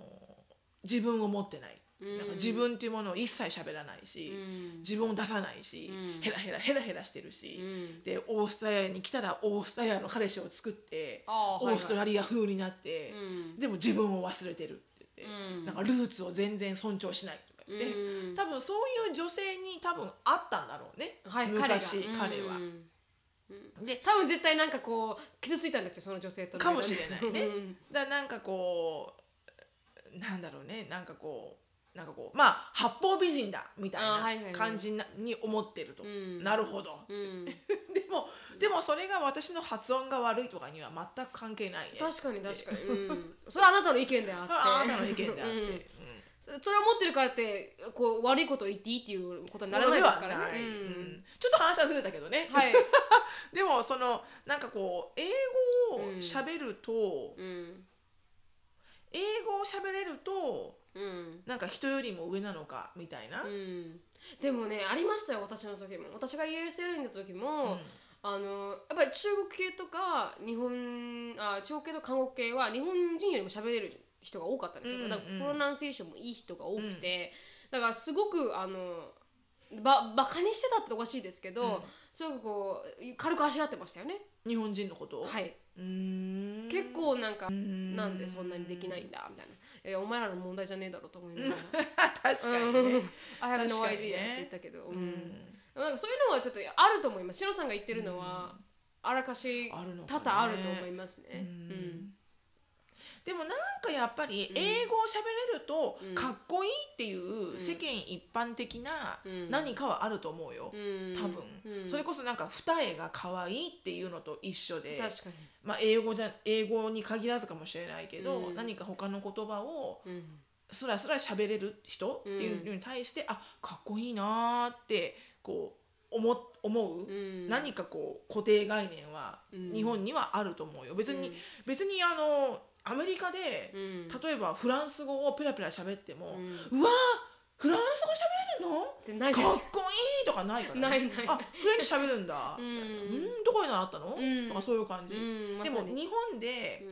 Speaker 2: 自分を持ってない、
Speaker 1: うん
Speaker 2: なんか自分っていうものを一切喋らないし、
Speaker 1: うん
Speaker 2: 自分を出さないし、
Speaker 1: うん
Speaker 2: ヘラヘラヘラヘラしてるし、
Speaker 1: うん
Speaker 2: でオーストラリアに来たらオーストラリアの彼氏を作って
Speaker 1: あー
Speaker 2: オ
Speaker 1: はいはい
Speaker 2: ーストラリア風になって、
Speaker 1: うん
Speaker 2: でも自分を忘れてるって言って、
Speaker 1: うん
Speaker 2: なんかルーツを全然尊重しないとか言って、
Speaker 1: うん
Speaker 2: 多分そういう女性に多分あったんだろうね、
Speaker 1: はい
Speaker 2: 昔
Speaker 1: 彼が
Speaker 2: 彼
Speaker 1: う
Speaker 2: は。
Speaker 1: ん
Speaker 2: で
Speaker 1: 多分絶対なんかこう傷ついたんですよその女性との
Speaker 2: かもしれないね
Speaker 1: うん
Speaker 2: だからなんかこうなんだろうねなんかこうなんかこうまあ八方美人だみた
Speaker 1: あーはい
Speaker 2: い
Speaker 1: はいは
Speaker 2: ない感じなに思ってると、
Speaker 1: <laughs> うん
Speaker 2: なるほど、 <laughs>
Speaker 1: うん、
Speaker 2: でもでもそれが私の発音が悪いとかには全く関係ないね
Speaker 1: 確かに確かに、うん、それはあなたの意見であって
Speaker 2: それはあなたの意見であって、
Speaker 1: うん
Speaker 2: うん
Speaker 1: そそれを持ってるからってこう悪いことを言っていいっていうことにならないですからね
Speaker 2: ものではない
Speaker 1: うん
Speaker 2: うんちょっと話はずれたけどね、
Speaker 1: はい、
Speaker 2: でもそのなんかこう英語を喋ると、
Speaker 1: うん
Speaker 2: 英語を喋れると
Speaker 1: うん
Speaker 2: なんか人よりも上なのかみたいな、
Speaker 1: うん、でもねありましたよ私の時も私が USL にいた時も、
Speaker 2: うん
Speaker 1: あのやっぱり中国系とか日本あ中国系と韓国系は日本人よりも喋れる人が多かったんですよ、
Speaker 2: うんうん
Speaker 1: だからプロナンセーションもいい人が多くて、だからすごくあのばバカにしてたっておかしいですけど、
Speaker 2: うん
Speaker 1: すごくこう軽くあしらってましたよね
Speaker 2: 日本人のことを、
Speaker 1: はい、
Speaker 2: うーん
Speaker 1: 結構なんか
Speaker 2: うーん
Speaker 1: なんでそんなにできないんだみたいな、えお前らの問題じゃねえだろうと思いながら
Speaker 2: <laughs> 確かにね、
Speaker 1: 「I have no
Speaker 2: 確かに
Speaker 1: idea」
Speaker 2: ね
Speaker 1: って言ったけど、う
Speaker 2: うんん
Speaker 1: なんかそういうのはちょっとあると思います。シロさんが言ってるのは、あらかし
Speaker 2: あるのか
Speaker 1: 多
Speaker 2: ね
Speaker 1: 々あると思いますね。
Speaker 2: うんでもなんかやっぱり英語を喋れると
Speaker 1: うん
Speaker 2: かっこいいってい
Speaker 1: ん
Speaker 2: う世間一般的な
Speaker 1: うん
Speaker 2: 何かはあると思うよ
Speaker 1: う、ん、
Speaker 2: 多分、
Speaker 1: うん
Speaker 2: それこそなんか二重が可愛いっていうのと一緒で、
Speaker 1: 確か
Speaker 2: まあ、英語じゃ英語に限らずかもしれないけど、
Speaker 1: うん
Speaker 2: 何か他の言葉を
Speaker 1: に、うん
Speaker 2: すらすら喋れる人っていうのに対して、あかっこいいなーってこう思っ思う、
Speaker 1: うん、
Speaker 2: 何かこう固定概念は
Speaker 1: うん
Speaker 2: 日本にはあると思うよ別に、
Speaker 1: うん
Speaker 2: 別にあのアメリカで
Speaker 1: う、ん、
Speaker 2: 例えばフランス語をペラペラ喋っても、
Speaker 1: うん
Speaker 2: うわーフランス語喋れるの
Speaker 1: でないで
Speaker 2: かっ
Speaker 1: す。
Speaker 2: こいいとかないから、
Speaker 1: ないない
Speaker 2: あフレンチ喋るんだ
Speaker 1: う
Speaker 2: うんんどこで習ったの、
Speaker 1: うん
Speaker 2: とかそういう感じ、
Speaker 1: うん、
Speaker 2: で
Speaker 1: ま
Speaker 2: も
Speaker 1: さに
Speaker 2: 日本で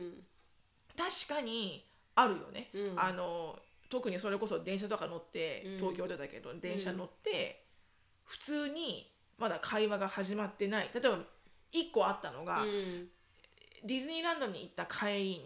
Speaker 2: 確かにあるよね、
Speaker 1: うん
Speaker 2: あの特にそれこそ電車とか乗って、
Speaker 1: うん
Speaker 2: 東京でだけど電車乗って、普通にまだ会話が始まってない例えば1個あったのが、
Speaker 1: うん
Speaker 2: ディズニーランドに行った帰り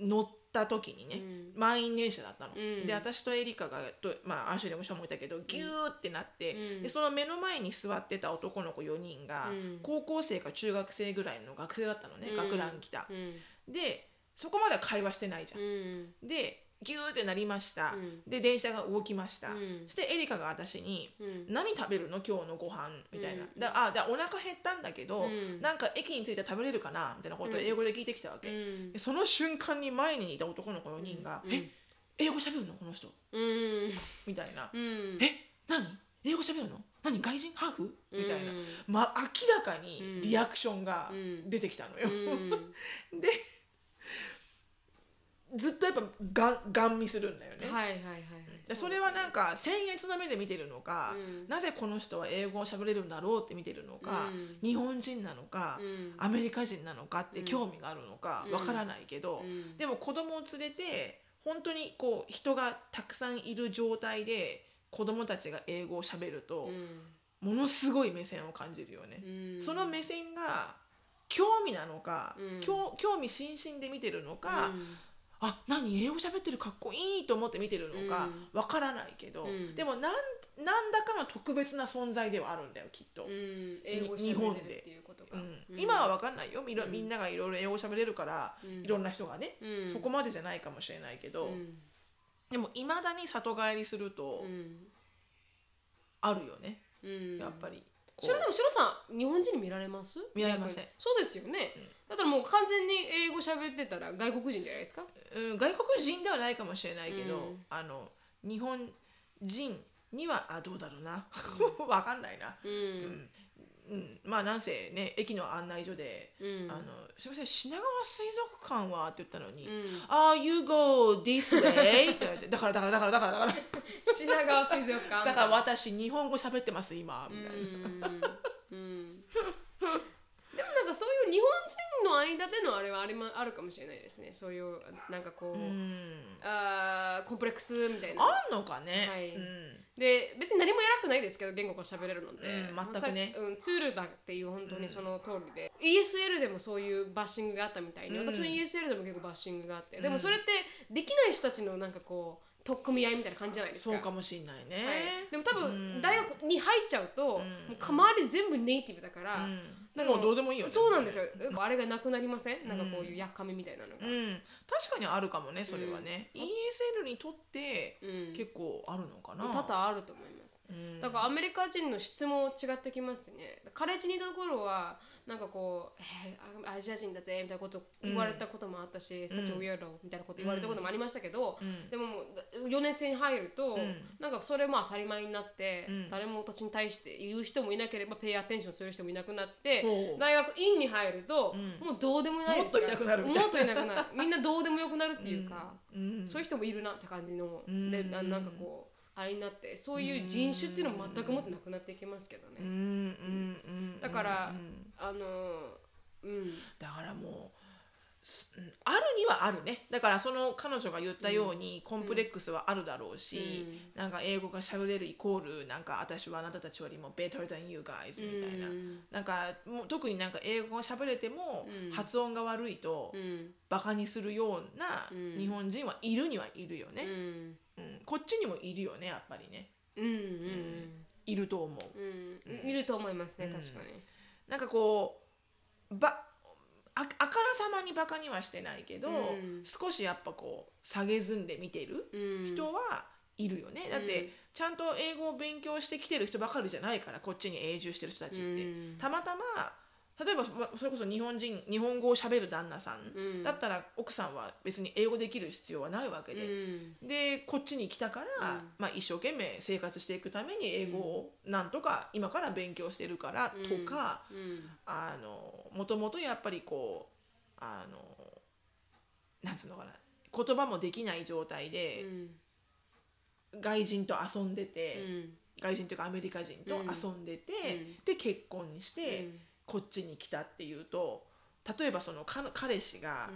Speaker 1: う
Speaker 2: に
Speaker 1: ん
Speaker 2: 乗った時にね、
Speaker 1: うん
Speaker 2: 満員電車だったの、
Speaker 1: うん
Speaker 2: で私とエリカがと、まあ、アンシュレもショもいたけどギューってなって、
Speaker 1: うん
Speaker 2: でその目の前に座ってた男の子4人が、
Speaker 1: うん
Speaker 2: 高校生か中学生ぐらいの学生だったのね、
Speaker 1: うん
Speaker 2: 学ラン来た
Speaker 1: う、ん
Speaker 2: でそこまでは会話してないじゃん、
Speaker 1: うん
Speaker 2: でギューってなりました、
Speaker 1: うん
Speaker 2: で電車が動きました、
Speaker 1: うん
Speaker 2: そしてエリカが私に
Speaker 1: う
Speaker 2: 「
Speaker 1: ん
Speaker 2: 何食べるの今日のご飯みたいな
Speaker 1: うん
Speaker 2: 「だあだお腹減ったんだけど、
Speaker 1: うん
Speaker 2: なんか駅に着いて食べれるかな?」みたいなことを英語で聞いてきたわけ、
Speaker 1: うん
Speaker 2: でその瞬間に前にいた男の子4人が「
Speaker 1: うん
Speaker 2: え英語喋るのこの人
Speaker 1: うん」
Speaker 2: みたいな
Speaker 1: うん
Speaker 2: 「え何英語喋るの何外人ハーフ?」みたいな、
Speaker 1: うん
Speaker 2: まあ、明らかにリアクションが
Speaker 1: うん
Speaker 2: 出てきたの
Speaker 1: う
Speaker 2: よ、
Speaker 1: ん
Speaker 2: ずっとやっぱガンガン見するんだよね、
Speaker 1: はいはいはいはい
Speaker 2: でそれはなんか僭越の目で見てるのか、
Speaker 1: うん
Speaker 2: なぜこの人は英語を喋れるんだろうって見てるのか、
Speaker 1: うん
Speaker 2: 日本人なのか、
Speaker 1: うん
Speaker 2: アメリカ人なのかって
Speaker 1: うん
Speaker 2: 興味があるのか
Speaker 1: うん
Speaker 2: わからないけど、
Speaker 1: うん
Speaker 2: でも子供を連れて本当にこう人がたくさんいる状態で子供たちが英語を喋ると、ものすごい目線を感じるよね。
Speaker 1: うん
Speaker 2: その目線が興味なのか、
Speaker 1: うん
Speaker 2: 興興味津々で見てるのか、
Speaker 1: うん
Speaker 2: あ何英語喋ってるかっこいいと思って見てるのかわからないけど、
Speaker 1: うん
Speaker 2: でもなん何らかの特別な存在ではあるんだよきっと、
Speaker 1: うん、英語
Speaker 2: 日
Speaker 1: 喋
Speaker 2: 本
Speaker 1: れる
Speaker 2: で
Speaker 1: っていうこと
Speaker 2: う
Speaker 1: が、
Speaker 2: ん
Speaker 1: うん
Speaker 2: 今はわかんないよみろ
Speaker 1: うん
Speaker 2: みんながいろいろ英語喋れるから、
Speaker 1: うん
Speaker 2: いろんな人がね、
Speaker 1: うん
Speaker 2: そこまでじゃないかもしれないけど、
Speaker 1: うん
Speaker 2: でもいまだに里帰りすると
Speaker 1: うん
Speaker 2: あるよね、
Speaker 1: うん、
Speaker 2: やっぱり。こ
Speaker 1: それ
Speaker 2: う
Speaker 1: でも白さん日本人に見られます
Speaker 2: 見られませ
Speaker 1: 逆
Speaker 2: ん
Speaker 1: にそうですよね、だからもう完全に英語喋ってたら外国人じゃないですか
Speaker 2: うん、外国人ではないかもしれないけど、
Speaker 1: うん
Speaker 2: あの日本人にはあどうだろうな <laughs> わかんないな、
Speaker 1: うん
Speaker 2: うんうん、まあなんせね駅の案内所で「
Speaker 1: うん
Speaker 2: あのすいません品川水族館は?」って言ったのに「
Speaker 1: うん
Speaker 2: ああ you go this way」って言われて「だからだからだからだからだから
Speaker 1: 品川水族館
Speaker 2: だから私日本語喋ってます今」みたいな。
Speaker 1: うんうんでもなんかそういう日本人の間でのあれはありまあるかもしれないですねそういうなんかこう、
Speaker 2: うん
Speaker 1: あーコンプレックスみたいな
Speaker 2: あんのかね、
Speaker 1: はい
Speaker 2: うん
Speaker 1: で別に何も偉くないですけど言語が喋れるので、
Speaker 2: うん全くね
Speaker 1: まあさうん、ツールだっていう本当にその通りで、ESL でもそういうバッシングがあったみたいに、
Speaker 2: うん
Speaker 1: 私の ESL でも結構バッシングがあってでもそれってできない人たちのなんかこう取っ組み合いみたいな感じじゃないですか
Speaker 2: そうかもしれないね、
Speaker 1: はい、でも多
Speaker 2: う
Speaker 1: 分
Speaker 2: ん
Speaker 1: 大学に入入っちゃうと、
Speaker 2: うん
Speaker 1: もうか周り全部ネイティブだから、
Speaker 2: うんなんかもうどうでもいいよね
Speaker 1: そうなんですよあれがなくなりませんなんかこう
Speaker 2: う
Speaker 1: い
Speaker 2: ん
Speaker 1: うやっかみみたいなのが、
Speaker 2: うん、確かにあるかもねそれはね、ESL にとって
Speaker 1: うん
Speaker 2: 結構あるのかな、
Speaker 1: 多々あると思います
Speaker 2: うん
Speaker 1: だからアメリカ人の質も違ってきますねカレッジにいた頃はなんかこう「えーアアジア人だぜ」みたいなこと言われたこともあったし「サチウェアロみたいなこと言われたこともありましたけど、
Speaker 2: うん
Speaker 1: でももう4年生に入ると、
Speaker 2: うん
Speaker 1: なんかそれも当たり前になって、
Speaker 2: うん
Speaker 1: 誰も私に対して言う人もいなければペイアテンションする人もいなくなって、
Speaker 2: ほう
Speaker 1: 大学院に入ると、
Speaker 2: うん
Speaker 1: もうどうでもないですから
Speaker 2: もっといなくなるみたいな
Speaker 1: もっといなくなるみんなどうでもよくなるっていうか、
Speaker 2: うん
Speaker 1: そういう人もいるなって感じの、
Speaker 2: うん
Speaker 1: でななんかこうあれになってそういう人種っていうのは全くもってなくなっていきますけどね、
Speaker 2: うんうんうん
Speaker 1: だから
Speaker 2: うん
Speaker 1: あのーうん
Speaker 2: だからもうすうんあるにはあるねだからその彼女が言ったように、コンプレックスはあるだろうし、なんか英語が喋れるイコールなんか私はあなたたちよりも better than you guys みたいな、
Speaker 1: うん
Speaker 2: なんかもう特になんか英語が喋れても、
Speaker 1: うん
Speaker 2: 発音が悪いと、
Speaker 1: うん
Speaker 2: バカにするような
Speaker 1: うん
Speaker 2: 日本人はいるにはいるよ
Speaker 1: う
Speaker 2: ね、
Speaker 1: ん
Speaker 2: うんこっちにもいるよねやっぱりね
Speaker 1: うんうん
Speaker 2: いると思う
Speaker 1: うんうんいると思いますね確かに、
Speaker 2: なんかこうばああからさまにバカにはしてないけど、
Speaker 1: うん
Speaker 2: 少しやっぱこう下げずんで見てる
Speaker 1: うん、
Speaker 2: 人はいるよね、だっ
Speaker 1: うん
Speaker 2: てちゃんと英語を勉強してきてる人ばかりじゃないからこっちに永住してる人たちって、
Speaker 1: うん
Speaker 2: たまたま例えばまそれこそ日本人日本語を喋る旦那さん、
Speaker 1: うん
Speaker 2: だったら奥さんは別に英語できる必要はないわけ
Speaker 1: う
Speaker 2: で、
Speaker 1: ん
Speaker 2: でこっちに来たから、
Speaker 1: うん
Speaker 2: まあ、一生懸命生活していくために英語をなんとか今から勉強してるからとか、
Speaker 1: うん
Speaker 2: あのもともとやっぱりこうあのなんつうのかな言葉もできない状態
Speaker 1: う
Speaker 2: で、
Speaker 1: ん
Speaker 2: 外人と遊んで
Speaker 1: う
Speaker 2: て、
Speaker 1: ん
Speaker 2: 外人というかアメリカ人と
Speaker 1: うん
Speaker 2: 遊んでて、
Speaker 1: うん
Speaker 2: で結婚し
Speaker 1: う
Speaker 2: て、
Speaker 1: ん
Speaker 2: こっちに来たっていうと例えばその彼彼氏が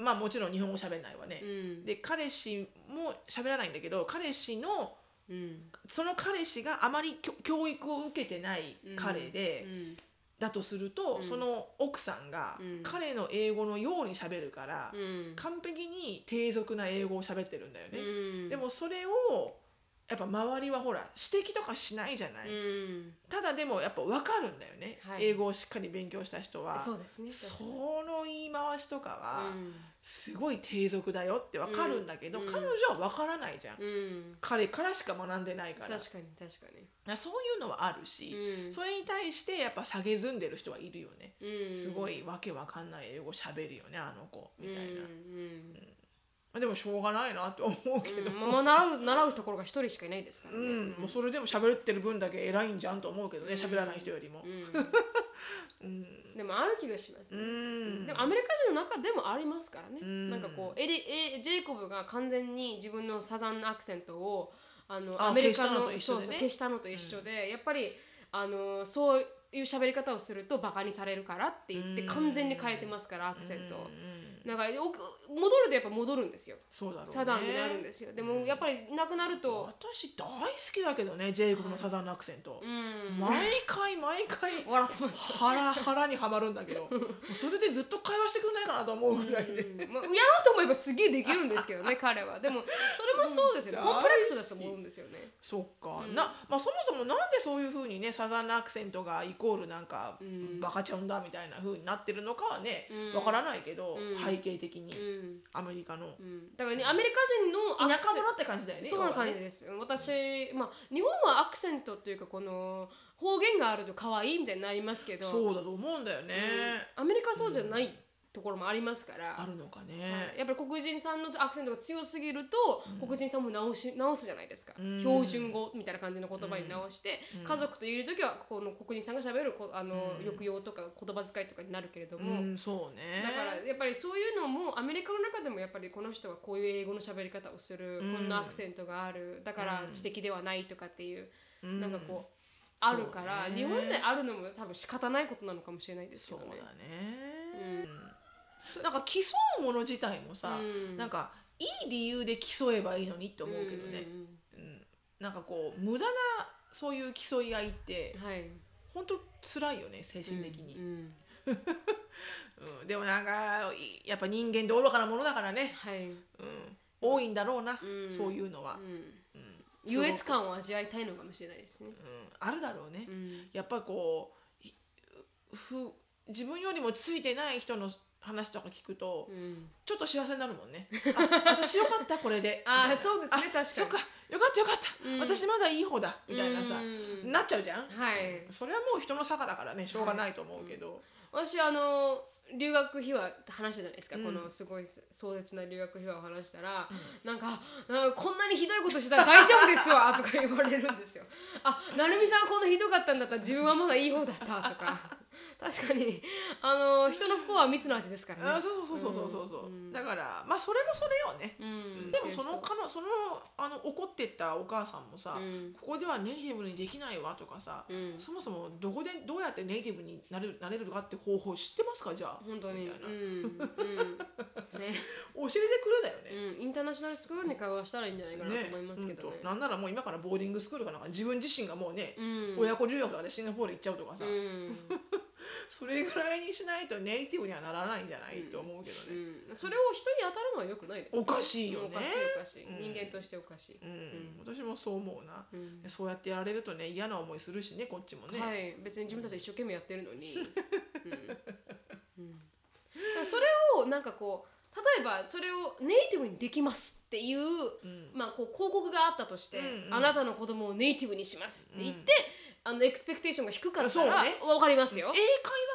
Speaker 1: う、ん
Speaker 2: まあもちろん日本語喋んないわね、
Speaker 1: うん
Speaker 2: で彼氏も喋らないんだけど彼氏の
Speaker 1: うん
Speaker 2: その彼氏があまり教教育を受けてない彼で、
Speaker 1: うん
Speaker 2: だとすると、
Speaker 1: うん
Speaker 2: その奥さんが
Speaker 1: うん
Speaker 2: 彼の英語のように喋るから、
Speaker 1: うん
Speaker 2: 完璧に低俗な英語を喋ってるんだよね、
Speaker 1: うん
Speaker 2: でもそれをやっぱ周りはほら指摘とかしないじゃない、
Speaker 1: うん
Speaker 2: ただでもやっぱ分かるんだよね、
Speaker 1: はい
Speaker 2: 英語をしっかり勉強した人は
Speaker 1: そうですね確
Speaker 2: そ
Speaker 1: かに
Speaker 2: の言い回しとかは、
Speaker 1: うん
Speaker 2: すごい低俗だよって分かるんだけど、
Speaker 1: うん
Speaker 2: 彼女は分からないじゃん、
Speaker 1: うん
Speaker 2: 彼からしか学んでないから
Speaker 1: 確かに確か
Speaker 2: なそういうのはあるし、
Speaker 1: に、うん
Speaker 2: それに対してやっぱ下げずんでる人はいるよね、
Speaker 1: うん、
Speaker 2: すごいわけわかんない英語喋るよねあの子みたいな、
Speaker 1: うん
Speaker 2: まあでもしょうがないなと思うけ
Speaker 1: う
Speaker 2: ど、
Speaker 1: んまあ、習う習うところが一人しかいないですから
Speaker 2: う
Speaker 1: ね。
Speaker 2: んもうそれでも喋ってる分だけ偉いんじゃんと思うけどね
Speaker 1: うん
Speaker 2: 喋らない人よりも、
Speaker 1: うんでもある気がします、
Speaker 2: う
Speaker 1: ね
Speaker 2: ん
Speaker 1: でもアメリカ人の中でもありますからね。
Speaker 2: うん
Speaker 1: なんかこうエリえジェイコブが完全に自分のサザンアクセントをあの
Speaker 2: あ
Speaker 1: アメリカの
Speaker 2: 消した
Speaker 1: そ
Speaker 2: のと一緒
Speaker 1: うそう
Speaker 2: でね
Speaker 1: 消したのと一緒で、やっぱりあのそういう喋り方をするとバカにされるからって言って
Speaker 2: うん
Speaker 1: 完全に変えてますからアクセント
Speaker 2: うん
Speaker 1: を
Speaker 2: う。ん
Speaker 1: なんかお戻るとやっぱ戻るんですよ。
Speaker 2: そうだろうね
Speaker 1: サダンになるんですよ。でもやっぱりいなくなると。
Speaker 2: 私大好きだけどねジェイコブのサザンのアクセント、
Speaker 1: うん
Speaker 2: 毎回
Speaker 1: <laughs>
Speaker 2: 毎回
Speaker 1: 笑ってます。
Speaker 2: 腹腹にはまるんだけどもうそれでずっと会話してくれないかなと思うぐらいで、
Speaker 1: まあ、やろうと思えばすげえできるんですけど
Speaker 2: <laughs>
Speaker 1: ね彼はでもそれもそうですよね
Speaker 2: うん
Speaker 1: コンプレックスだと思うんですよね
Speaker 2: そっか、
Speaker 1: うん
Speaker 2: なまあ、そもそもなんでそういうふうにねサザンのアクセントがイコールなんか、
Speaker 1: うん
Speaker 2: バカちゃうんだみたいなふうになってるのかはね
Speaker 1: うん
Speaker 2: わからないけど、
Speaker 1: うん
Speaker 2: 背景的に、
Speaker 1: うん、
Speaker 2: アメリカの
Speaker 1: うん、だからねアメリカ人の
Speaker 2: 田
Speaker 1: ク
Speaker 2: 舎者って感じだよね
Speaker 1: そうな
Speaker 2: 要は
Speaker 1: 感
Speaker 2: ね
Speaker 1: じです、私、まあ、日本はアクセントというかこの方言があると可愛いみたいになりますけど
Speaker 2: そうだと思うんだよね、
Speaker 1: アメリカはそうじゃないところもありますから、
Speaker 2: あるのかね、
Speaker 1: はいやっぱり黒人さんのアクセントが強すぎると、黒人さんも直し直すじゃないですか、
Speaker 2: うん
Speaker 1: 標準語みたいな感じの言葉に直して、
Speaker 2: うん
Speaker 1: 家族といる時はこの黒人さんがしゃべるこあの、
Speaker 2: うん
Speaker 1: 抑揚とか言葉遣いとかになるけれど
Speaker 2: う
Speaker 1: も、
Speaker 2: んそうね
Speaker 1: だからやっぱりそういうのもアメリカの中でもやっぱりこの人はこういう英語の喋り方をする、
Speaker 2: うん
Speaker 1: こんなアクセントがあるだから知的ではないとかっていう、
Speaker 2: うん
Speaker 1: なんかこうあるから、
Speaker 2: そうね
Speaker 1: 日本であるのも多分仕方ないことなのかもしれないです
Speaker 2: そ
Speaker 1: よ
Speaker 2: う
Speaker 1: ね。
Speaker 2: だね、うんなんか競うもの自体もさ、
Speaker 1: うん
Speaker 2: なんかいい理由で競えばいいのにって思うけどね、うんなんかこう無駄なそういう競い合いって
Speaker 1: うんうんうんはい
Speaker 2: 本当辛いよね精神的に、
Speaker 1: うんうん
Speaker 2: うんでもなんかいやっぱ人間って愚かなものだからね、
Speaker 1: はい
Speaker 2: うん、多いんだろうな、
Speaker 1: うん
Speaker 2: そういうのは
Speaker 1: う、ん
Speaker 2: うんすご
Speaker 1: 優
Speaker 2: く
Speaker 1: 越感を味わいたいのかもしれないですね。
Speaker 2: うん、あるだろうね、
Speaker 1: うん
Speaker 2: やっぱこうひふ自分よりもついてない人の話とか聞くと、
Speaker 1: うん、
Speaker 2: ちょっと幸せになるもんねあ私よかったこれ
Speaker 1: <laughs>
Speaker 2: で
Speaker 1: あー
Speaker 2: みたいな
Speaker 1: そうですね確かに
Speaker 2: あそっかよかったよかった、
Speaker 1: うん
Speaker 2: 私まだいい方だみたいなさ、
Speaker 1: うん
Speaker 2: なっちゃうじゃん、
Speaker 1: はい
Speaker 2: それはもう人の差だからねしょうがないと思うけど、
Speaker 1: 私あの留学秘話話したじゃないですか、
Speaker 2: うん
Speaker 1: このすごい壮絶な留学秘話を話したら、なんかあこんなにひどいことしてたら大丈夫ですわ <laughs> とか言われるんですよあなるみさんはこんなひどかったんだったら自分はまだいい方だったと
Speaker 2: <laughs>
Speaker 1: か確かにあの人の不幸は蜜の味ですから
Speaker 2: あ
Speaker 1: ね
Speaker 2: そうそうそうそうそうそう、
Speaker 1: うん
Speaker 2: だからまあそれもそれよね、
Speaker 1: う
Speaker 2: うん
Speaker 1: ん
Speaker 2: でもその彼女そのあの怒ってたお母さんもさ、
Speaker 1: うん
Speaker 2: ここではネイティブにできないわとかさ、
Speaker 1: うん
Speaker 2: そもそもどこでどうやってネイティブになれるなれるかって方法知ってますかじゃあ
Speaker 1: 本当に
Speaker 2: み
Speaker 1: う
Speaker 2: たいな、
Speaker 1: ん、うんね
Speaker 2: 教えてくれだよね、
Speaker 1: うん、インターナショナルスクールに通わしたらいいんじゃないかなと思いますけどね
Speaker 2: うんとなんならもう今からボーディングスクールかなんか自分自身がもうね、
Speaker 1: うん
Speaker 2: 親子留学とかでシンガポール行っちゃうとかさ、
Speaker 1: うん
Speaker 2: それぐらいにしないとネイティブにはならないんじゃない、と思うけどね、
Speaker 1: うん、それを人に当たるのは良くないです
Speaker 2: おかしいよね
Speaker 1: おかしいおかしい、
Speaker 2: うん
Speaker 1: 人間としておかしい、
Speaker 2: うん私もそう思うな、
Speaker 1: うん
Speaker 2: そうやってやられるとね嫌な思いするしねこっちもね、
Speaker 1: はい別に自分たちは一生懸命やってるの
Speaker 2: <laughs>
Speaker 1: に、うんうん、だからそれをなんかこう例えばそれをネイティブにできますっていう、
Speaker 2: うん
Speaker 1: まあ、こう広告があったとして、
Speaker 2: うんうん
Speaker 1: あなたの子供をネイティブにしますって言って、あのエクスペクテーションが低かっ
Speaker 2: そ
Speaker 1: た
Speaker 2: う
Speaker 1: らわ
Speaker 2: ね
Speaker 1: かりますよ、
Speaker 2: 英会話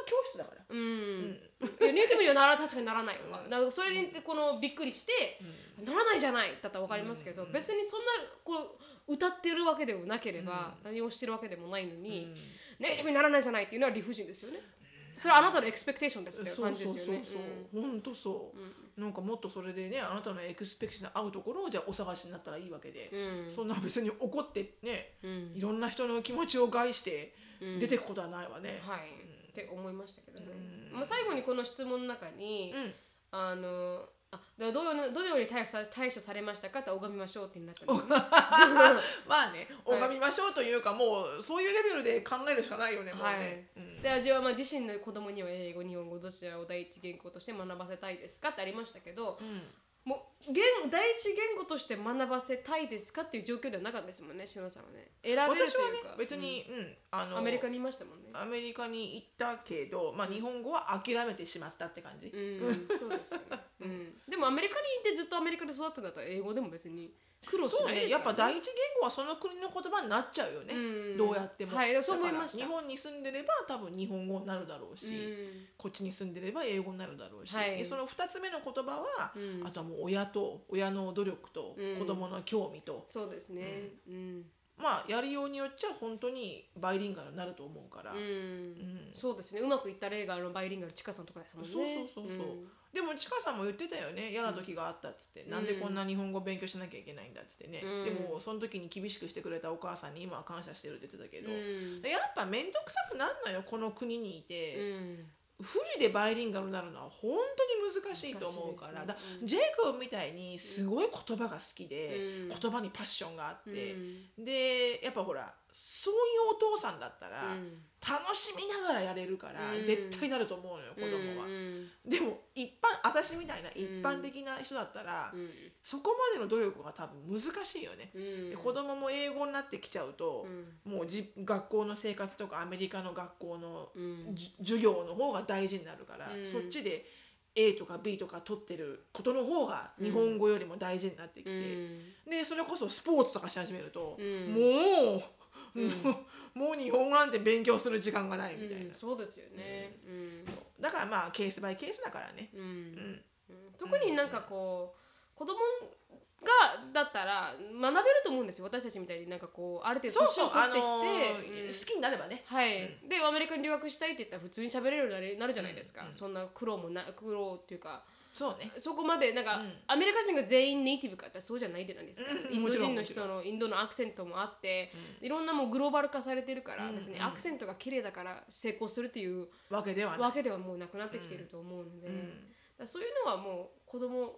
Speaker 2: 教室だから、
Speaker 1: うん、いやネイティブにはなら確かにならないわ、だからそれにこのびっくりして、ならないじゃないだったら分かりますけど、別にそんなこう歌ってるわけでもなければ、何をしてるわけでもないのに、ネイティブにならないじゃないっていうのは理不尽ですよねそれはあなたのエクスペクテーションですっていう
Speaker 2: そう
Speaker 1: 感じ
Speaker 2: そう
Speaker 1: です
Speaker 2: そうそ
Speaker 1: よ
Speaker 2: う
Speaker 1: ね
Speaker 2: 本当そう、なんかもっとそれでねあなたのエクスペクションに合うところをじゃあお探しになったらいいわけで、
Speaker 1: うん
Speaker 2: そんな別に怒ってね、
Speaker 1: うん、うん
Speaker 2: いろんな人の気持ちを害して
Speaker 1: うん
Speaker 2: 出てくことはないわね、
Speaker 1: はい、って思いましたけどね、まあ、最後にこの質問の中に、
Speaker 2: うん
Speaker 1: あのあどのようなどのように対処さ対処されましたかって拝みましょうってなったん
Speaker 2: <laughs>
Speaker 1: です
Speaker 2: まあね拝みましょうというか、もうそういうレベルで考えるしかないよねもう
Speaker 1: はい
Speaker 2: ね、うん
Speaker 1: で味はまあ自身の子供には英語日本語どちらを第一言語として学ばせたいですかってありましたけど、もう言第一言語として学ばせたいですかっていう状況ではなかったですもんねしのさんはね選べるという
Speaker 2: 私は
Speaker 1: か、
Speaker 2: ね別に、うんあ
Speaker 1: うん
Speaker 2: の
Speaker 1: アメリカにいましたもんね
Speaker 2: アメリカに行ったけど、まあ、日本語は諦めてしまったって感じ、
Speaker 1: うんそうですよね、うん、でもアメリカにいてずっとアメリカで育ったんだったら英語でも別に苦労し
Speaker 2: そう
Speaker 1: ないで
Speaker 2: ね
Speaker 1: す
Speaker 2: や
Speaker 1: か
Speaker 2: っ
Speaker 1: ら
Speaker 2: ぱ第一言語はその国の言葉になっちゃうよね、
Speaker 1: うん
Speaker 2: どうやっても、
Speaker 1: はいそう思い
Speaker 2: だから
Speaker 1: ました
Speaker 2: 日本に住んでれば多分日本語になるだろうし、
Speaker 1: うん
Speaker 2: こっちに住んでれば英語になるだろうし、
Speaker 1: はい
Speaker 2: でその2つ目の言葉は、
Speaker 1: うん
Speaker 2: あとはもう親と親の努力と
Speaker 1: うん
Speaker 2: 子供の興味と、
Speaker 1: そうですねうん、
Speaker 2: まあやりようによっちゃ本当にバイリンガルになると思うから、
Speaker 1: うん
Speaker 2: ん
Speaker 1: そうですねうまくいった例があのバイリンガルチカさんとかですもんね
Speaker 2: そうそうそうそうでもちかさんも言ってたよね嫌な時があったっつって、なんでこんな日本語勉強しなきゃいけないんだっつってね、
Speaker 1: うん
Speaker 2: でもその時に厳しくしてくれたお母さんに今は感謝してるって言ってたけど、
Speaker 1: うん
Speaker 2: やっぱ面倒くさくなんのよこの国にいて。
Speaker 1: うん
Speaker 2: フルでバイリンガルになるのは本当に難しいと思うから、
Speaker 1: 難
Speaker 2: だ
Speaker 1: し
Speaker 2: ジェイコブみたいにすごい言葉が好きで、
Speaker 1: うん
Speaker 2: 言葉にパッションがあって、
Speaker 1: うん
Speaker 2: でやっぱほらそういうお父さんだったら、
Speaker 1: うん
Speaker 2: 楽しみながらやれるから、
Speaker 1: うん
Speaker 2: 絶対なると思うのよ子供は、
Speaker 1: うん
Speaker 2: でも一般私みたいな一般的な人だったら、
Speaker 1: うん
Speaker 2: そこまでの努力が多分難しいよね、
Speaker 1: うん
Speaker 2: で子供も英語になってきちゃうと、
Speaker 1: うん
Speaker 2: もうじ学校の生活とかアメリカの学校の
Speaker 1: うん
Speaker 2: じ授業の方が大事になるから、
Speaker 1: うん
Speaker 2: そっちで A とか B とか取ってることの方が日本語よりも大事になってきて、でそれこそスポーツとかし始めると、
Speaker 1: うん
Speaker 2: もう、
Speaker 1: うん
Speaker 2: もうもう日本語なんて勉強する時間がないみたいな、
Speaker 1: うんそうですよね。うん
Speaker 2: だからまあケースバイケースだからね、
Speaker 1: う
Speaker 2: うんん
Speaker 1: 特になんかこう子供がだったら学べると思うんですよ私たちみたいになんかこうある程度
Speaker 2: そう
Speaker 1: 年
Speaker 2: そ
Speaker 1: を
Speaker 2: う
Speaker 1: 取
Speaker 2: あ
Speaker 1: っ
Speaker 2: の
Speaker 1: てい
Speaker 2: ー
Speaker 1: ってうん
Speaker 2: 好きになればね、
Speaker 1: はい、でアメリカに留学したいって言ったら普通に喋れるようになれなるじゃないですか、
Speaker 2: うんうん
Speaker 1: そんな苦労もな苦労っていうか
Speaker 2: そうね
Speaker 1: そこまでなんか、
Speaker 2: うん
Speaker 1: アメリカ人が全員ネイティブかって言ったらそうじゃないじゃないですか、
Speaker 2: うん
Speaker 1: インド人の
Speaker 2: もちろ
Speaker 1: 人のインドのアクセントもあって、いろんなもうグローバル化されてるから、
Speaker 2: うん
Speaker 1: 別にアクセントが綺麗だから成功するっていう
Speaker 2: わけではない
Speaker 1: わけではもうなくなってきてると思うので、
Speaker 2: うん
Speaker 1: だからそういうのはもう子供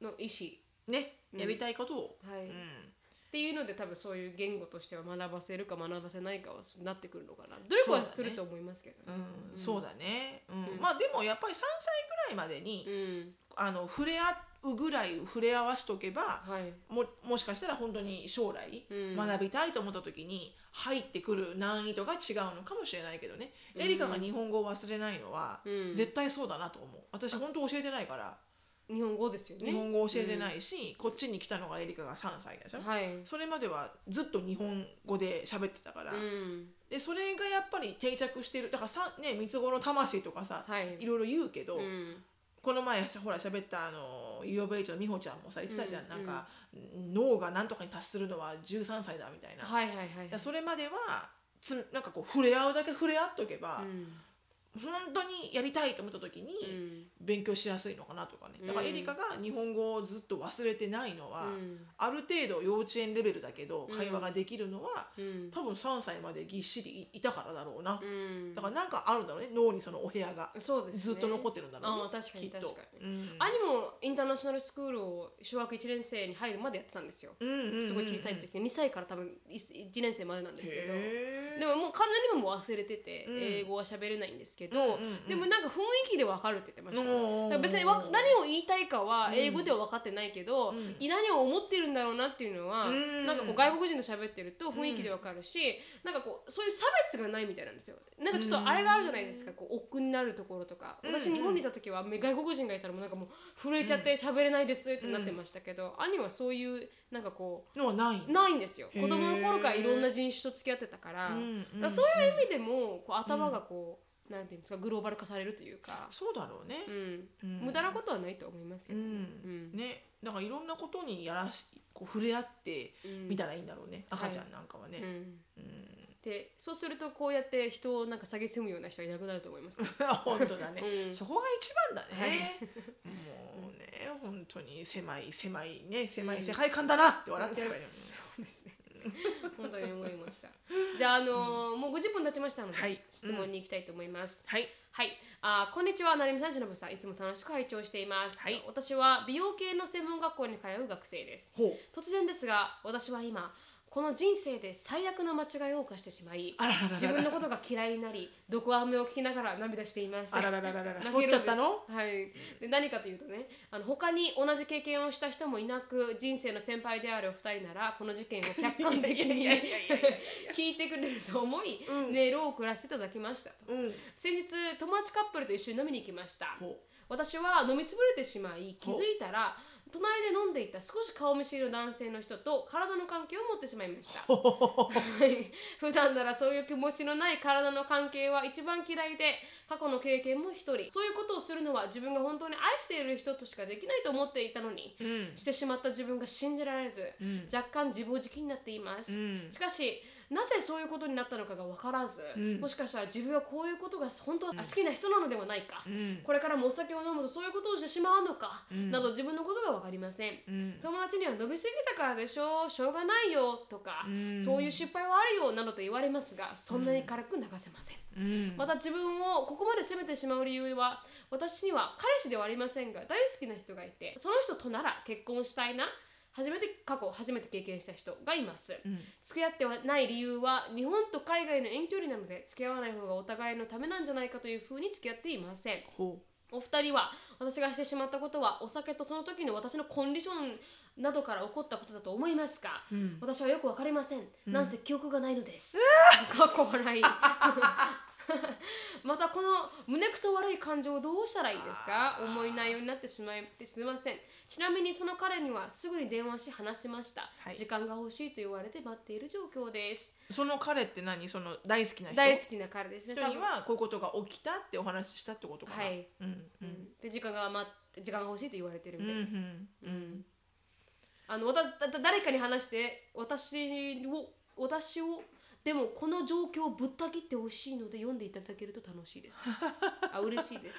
Speaker 1: の意思、
Speaker 2: ね
Speaker 1: うん
Speaker 2: やりたいことを、
Speaker 1: はい
Speaker 2: うん
Speaker 1: っていうので多分そういう言語としては学ばせるか学ばせないかはなってくるのかな努力はすると思いますけど
Speaker 2: う
Speaker 1: ね
Speaker 2: んそうだね、うん
Speaker 1: うん
Speaker 2: まあでもやっぱり3歳ぐらいまでに、
Speaker 1: うん
Speaker 2: あの触れ合うぐらい触れ合わしとけば
Speaker 1: はい
Speaker 2: ももしかしたら本当に将来
Speaker 1: うん
Speaker 2: 学びたいと思った時に入ってくる難易度が違うのかもしれないけどね、エリカが日本語を忘れないのは
Speaker 1: うん
Speaker 2: 絶対そうだなと思う私本当教えてないから
Speaker 1: 日本語ですよね
Speaker 2: 日本語を教えて
Speaker 1: い、
Speaker 2: ないし、こっちに来たのがエリカが3歳だじゃ、
Speaker 1: うんんはい、
Speaker 2: それまではずっと日本語で喋ってたから、
Speaker 1: うん、
Speaker 2: でそれがやっぱり定着してるだからさ、ね、三つ子の魂とかさ、
Speaker 1: はい
Speaker 2: いろいろ言うけど、
Speaker 1: うん
Speaker 2: この前ほら喋ったあの UOBH の美穂ちゃんもさ言ってたじゃん、
Speaker 1: うん
Speaker 2: なんか脳が何とかに達するのは13歳だみたいな、だか
Speaker 1: はいはいはい
Speaker 2: らそれまではつなんかこう触れ合うだけ触れ合っとけば
Speaker 1: う、ん
Speaker 2: 本当にやりたいと思った時に、
Speaker 1: うん
Speaker 2: 勉強しやすいのかなとかねだから
Speaker 1: うん
Speaker 2: エリカが日本語をずっと忘れてないのは、
Speaker 1: うん
Speaker 2: ある程度幼稚園レベルだけど
Speaker 1: うん
Speaker 2: 会話ができるのは、
Speaker 1: うん
Speaker 2: 多分3歳までぎっしりいいたからだろうな、
Speaker 1: うん
Speaker 2: だからなんかあるんだろうね脳にそのお部屋が、
Speaker 1: そうですね
Speaker 2: ずっと残ってるんだろうね
Speaker 1: あー確かに
Speaker 2: きっ
Speaker 1: 確
Speaker 2: と
Speaker 1: かに。
Speaker 2: うん
Speaker 1: 兄もインターナショナルスクールを小学1年生に入るまでやってたんですよすごい小さい時で2歳から多分1年生までなんですけどで
Speaker 2: で
Speaker 1: ももう完全にもう忘れてて、
Speaker 2: うん
Speaker 1: 英語は喋れないんですけど、
Speaker 2: うんうんうん
Speaker 1: でもなんか雰囲気でわかるって言ってましたね、
Speaker 2: おー
Speaker 1: だから別にわ何を言いたいかは
Speaker 2: うん
Speaker 1: 英語では分かってないけど、
Speaker 2: うん
Speaker 1: 何を思ってるんだろうなっていうのは、
Speaker 2: うん
Speaker 1: なんかこう外国人と喋ってると雰囲気でわかるし、なんかこうそういう差別がないみたいなんですよなんかちょっとあれがあるじゃないですかこう奥になるところとか
Speaker 2: うん
Speaker 1: 私日本にいた時はめ外国人がいたらもうなんかもう震えちゃって喋れないですってなってましたけど、兄はそういうなんかこう
Speaker 2: のはないんだ
Speaker 1: ないんですよ
Speaker 2: へー
Speaker 1: 子供の頃からいろんな人種と付き合ってたから,、
Speaker 2: うんうん
Speaker 1: だからそういう意味でもこう頭がこう、なんていうんですかグローバル化されるというか、
Speaker 2: そうだろうね
Speaker 1: う、ん
Speaker 2: うん
Speaker 1: 無駄なことはないと思いますけ
Speaker 2: う
Speaker 1: ど、う
Speaker 2: ん
Speaker 1: ん
Speaker 2: ねだからいろんなことにやらしこう触れ合って
Speaker 1: うん
Speaker 2: みたらいいんだろうね、
Speaker 1: うん
Speaker 2: 赤ちゃんなんかはね、
Speaker 1: うん
Speaker 2: うん <laughs>
Speaker 1: でそうするとこうやって人をなんか蔑むような人はいなくなると思いますから
Speaker 2: 本当だね、
Speaker 1: うん
Speaker 2: そこが一番だね、もうね本当に狭い狭いね狭い世界観だなって笑ってやればいいのに
Speaker 1: そう
Speaker 2: <laughs>
Speaker 1: ですね本当に思いましたじゃあ、あのーもう50分経ちましたので、
Speaker 2: はい
Speaker 1: 質問に行きたいと思います、
Speaker 2: はい
Speaker 1: はい、あーこんにちは、なるみさん、しのぶさん、いつも楽しく拝聴しています。
Speaker 2: はい
Speaker 1: 私は美容系の専門学校に通う学生です。
Speaker 2: ほう
Speaker 1: 突然ですが、私は今、この人生で最悪の間違いを犯してしまい、
Speaker 2: あらららら
Speaker 1: 自分のことが嫌いになり、毒飴を聞きながら涙しています。
Speaker 2: あらららららら
Speaker 1: 泣
Speaker 2: そ
Speaker 1: ける
Speaker 2: っ
Speaker 1: ん
Speaker 2: ち
Speaker 1: で
Speaker 2: ゃ
Speaker 1: す
Speaker 2: ったの
Speaker 1: はい、で何かというとねあの他に同じ経験をした人もいなく人生の先輩であるお二人ならこの事件を客観的に聞いてくれると思い、
Speaker 2: うん
Speaker 1: メールを送らせていただきましたと
Speaker 2: うん
Speaker 1: 先日友達カップルと一緒に飲みに行きました
Speaker 2: ほ
Speaker 1: 私は飲みつぶれてしまい気づいたら隣で飲んでいた少し顔見知りの男性の人と体の関係を持ってしまいましたはい <laughs> 普段ならそういう気持ちのない体の関係は一番嫌いで過去の経験も一人そういうことをするのは自分が本当に愛している人としかできないと思っていたのに
Speaker 2: ううん
Speaker 1: してしまった自分が信じられず
Speaker 2: うん
Speaker 1: 若干自暴自棄になっています
Speaker 2: うん
Speaker 1: しかしなぜそういうことになったのかが分からず、
Speaker 2: うん
Speaker 1: もしかしたら自分はこういうことが本当は好きな人なのではないか、
Speaker 2: うん
Speaker 1: これからもお酒を飲むとそういうことをしてしまうのか、
Speaker 2: うん
Speaker 1: など自分のことが分かりません
Speaker 2: うん
Speaker 1: 友達には飲みすぎたからでしょうしょうがないよとか、
Speaker 2: うん
Speaker 1: そういう失敗はあるよなどと言われますがそんなに軽く流せません、
Speaker 2: うん
Speaker 1: また自分をここまで責めてしまう理由は私には彼氏ではありませんが大好きな人がいてその人となら結婚したいな初めて過去初めて経験した人がいます、
Speaker 2: うん
Speaker 1: 付き合ってはない理由は日本と海外の遠距離なので付き合わない方がお互いのためなんじゃないかというふうに付き合っていません
Speaker 2: ほ
Speaker 1: お二人は私がしてしまったことはお酒とその時の私のコンディションなどから起こったことだと思いますか、
Speaker 2: ううん
Speaker 1: 私はよくわかりません、なんせ記憶がないのですかっこ笑い <laughs> またこの胸くそ悪い感情をどうしたらいいですか
Speaker 2: あー
Speaker 1: 思いないようになってしまってすみませんちなみにその彼にはすぐに電話し話しました、
Speaker 2: はい
Speaker 1: 時間が欲しいと言われて待っている状況です
Speaker 2: その彼って何その大好きな人
Speaker 1: 大好きな彼ですね
Speaker 2: 人にはこういうことが起きたってお話ししたってことかな
Speaker 1: はい
Speaker 2: うんう
Speaker 1: 多分
Speaker 2: ん
Speaker 1: うんで時間が待って時間が欲しいと言われてるみたいです、
Speaker 2: うんうん
Speaker 1: あのわただだ誰かに話して私を私をでもこの状況をぶった切ってほしいので読んでいただけると楽しいです、あ嬉しいです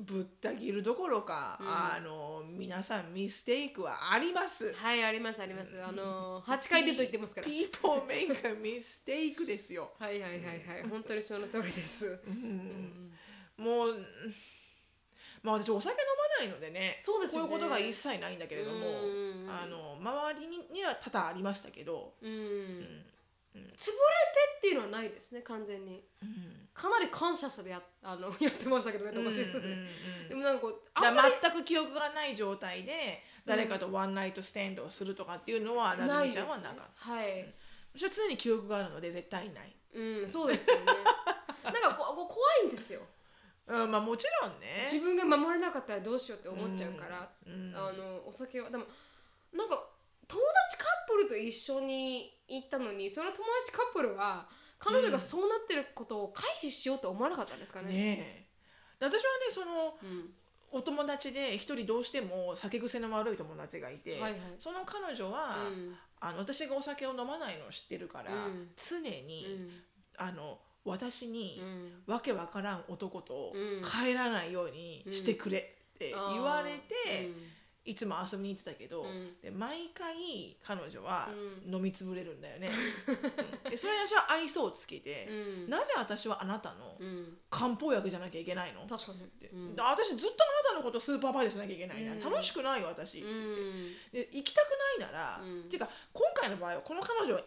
Speaker 2: ぶった切るどころか、
Speaker 1: うん
Speaker 2: あの皆さんミステイクはあります。
Speaker 1: はいありますありますあの8回出ると言ってますから
Speaker 2: People make a mistake ですよ。
Speaker 1: はいはいはいはい本当にその通りです、
Speaker 2: うんもう、まあ私お酒飲まないのでね、
Speaker 1: そうですよね
Speaker 2: こういうことが一切ないんだけれども
Speaker 1: うんうんう、ん
Speaker 2: あの周りには多々ありましたけど、
Speaker 1: う
Speaker 2: うんんうん
Speaker 1: 潰れてっていうのはないですね完全に
Speaker 2: うん
Speaker 1: かなりカンシャスでやあのやってましたけどねおかしいです
Speaker 2: うんうん
Speaker 1: ね、
Speaker 2: うん
Speaker 1: でもなんかこうあ
Speaker 2: だ
Speaker 1: ん
Speaker 2: か
Speaker 1: まり
Speaker 2: ら全く記憶がない状態で誰かとワンナイトステンドをするとかっていうのはな
Speaker 1: ない
Speaker 2: るみ
Speaker 1: で
Speaker 2: ち
Speaker 1: す、
Speaker 2: ゃ
Speaker 1: ね
Speaker 2: んはなんか、
Speaker 1: はい、
Speaker 2: 私は常に記憶があるので絶対ない、
Speaker 1: うん、そうですよね <laughs> なんかこうこう怖いんですよ
Speaker 2: うん、まあもちろんね
Speaker 1: 自分が守れなかったらどうしようって思っちゃうから、
Speaker 2: うん
Speaker 1: あのお酒はでもなんか友達カップルと一緒に行ったのにその友達カップルは彼女がそうなってることを回避しようと思わなかったんですかね。
Speaker 2: ねえで私はねその
Speaker 1: うん、
Speaker 2: お友達で一人どうしても酒癖の悪い友達がいて、
Speaker 1: はいはい
Speaker 2: その彼女は、
Speaker 1: うん
Speaker 2: あの私がお酒を飲まないのを知ってるから、
Speaker 1: うん
Speaker 2: 常に、あの私に、
Speaker 1: うん
Speaker 2: わけわからん男と
Speaker 1: うん
Speaker 2: 帰らないようにしてくれって
Speaker 1: あー
Speaker 2: 言われて、
Speaker 1: うん
Speaker 2: いつも遊びに行ってたけど、
Speaker 1: うん
Speaker 2: で毎回彼女は
Speaker 1: う
Speaker 2: 飲み潰れるんだよね、うんでそれに私は愛想をつけて、
Speaker 1: うん
Speaker 2: なぜ私はあなたの
Speaker 1: うん
Speaker 2: 漢方薬じゃなきゃいけないのっ
Speaker 1: 確かに。
Speaker 2: て、
Speaker 1: うん
Speaker 2: で私ずっとあなたのことスーパーバイトしなきゃいけないな、
Speaker 1: うん
Speaker 2: 楽しくないよ私、
Speaker 1: うん
Speaker 2: で行きたくないなら、
Speaker 1: うん
Speaker 2: っていうか今回の場合はこの彼女は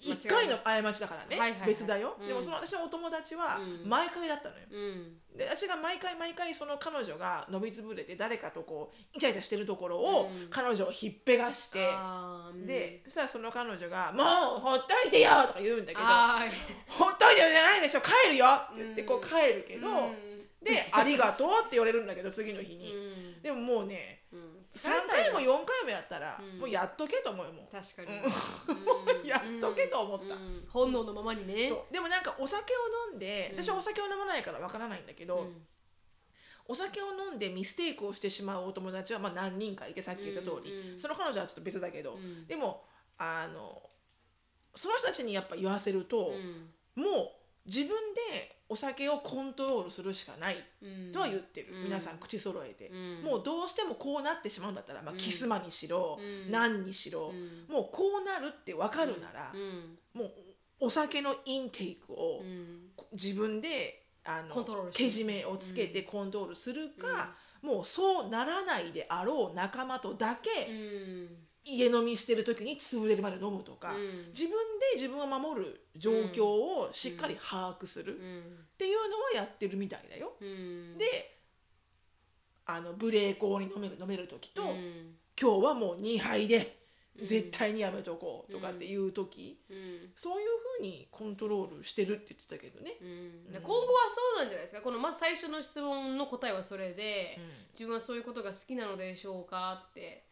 Speaker 2: 1
Speaker 1: 間違
Speaker 2: 回
Speaker 1: いな
Speaker 2: の
Speaker 1: い
Speaker 2: 過ちだからね、
Speaker 1: はいはいはい
Speaker 2: 別だよ、
Speaker 1: うん
Speaker 2: でもその私のお友達は
Speaker 1: うん
Speaker 2: 毎回だったのよ、
Speaker 1: うん
Speaker 2: で私が毎回毎回その彼女が伸びつぶれて誰かとこうイチャイチャしてるところを
Speaker 1: うん
Speaker 2: 彼女をひっぺがして、
Speaker 1: あーうん
Speaker 2: でそしたらその彼女が「もうほっといてよ!」とか言うんだけど「
Speaker 1: あ
Speaker 2: ほっといてよじゃないでしょ帰るよ!」って言って
Speaker 1: うん
Speaker 2: こう帰るけ
Speaker 1: ー
Speaker 2: ど、
Speaker 1: うん <laughs>
Speaker 2: で「ありがとう」って言われるんだけど次の日
Speaker 1: う
Speaker 2: に、
Speaker 1: ん
Speaker 2: でももうね
Speaker 1: うん
Speaker 2: 3回も4回もやったら、
Speaker 1: うん
Speaker 2: もうやっとけと思うよもう
Speaker 1: 確かに
Speaker 2: うん、
Speaker 1: うん
Speaker 2: <laughs> やっとけと思った
Speaker 1: うん本能のままにね
Speaker 2: そうでもなんかお酒を飲んで、
Speaker 1: うん
Speaker 2: 私はお酒を飲まないからわからないんだけど、
Speaker 1: ん
Speaker 2: お酒を飲んでミステイクをしてしまうお友達はまあ何人かいてさっき言った通り、
Speaker 1: うんうん
Speaker 2: その彼女はちょっと別だけど、
Speaker 1: うん
Speaker 2: でもあのその人たちにやっぱ言わせると、もう自分でお酒をコントロールするしかない
Speaker 1: うん
Speaker 2: とは言ってる、
Speaker 1: うん
Speaker 2: 皆さん口揃えて、
Speaker 1: うん
Speaker 2: もうどうしてもこうなってしまうんだったら、まあ、
Speaker 1: うん
Speaker 2: キスマにしろ、
Speaker 1: うん
Speaker 2: 何にしろ、
Speaker 1: うん
Speaker 2: もうこうなるって分かるなら
Speaker 1: う、ん
Speaker 2: もうお酒のインテイクを、
Speaker 1: うん
Speaker 2: 自分であの
Speaker 1: コントロールして
Speaker 2: けじめをつけてコントロールするか、もうそうならないであろう仲間とだ
Speaker 1: う
Speaker 2: け
Speaker 1: ん
Speaker 2: 家飲みしてる時に潰れるまで飲むとか、
Speaker 1: うん
Speaker 2: 自分で自分を守る状況をしっかり把握する
Speaker 1: う
Speaker 2: っ
Speaker 1: ん
Speaker 2: ていうのはやってるみたいだよ。
Speaker 1: うん
Speaker 2: であの無礼講に飲める飲める時と、
Speaker 1: うん
Speaker 2: 今日はもう2杯で
Speaker 1: うん
Speaker 2: 絶対にやめとこうとかっていう時、
Speaker 1: うん
Speaker 2: そういうふうにコントロールしてるって言ってたけどね。
Speaker 1: うん今後はそうなんじゃないですかこのまず最初の質問の答えはそれで
Speaker 2: うん
Speaker 1: 自分はそういうことが好きなのでしょうかって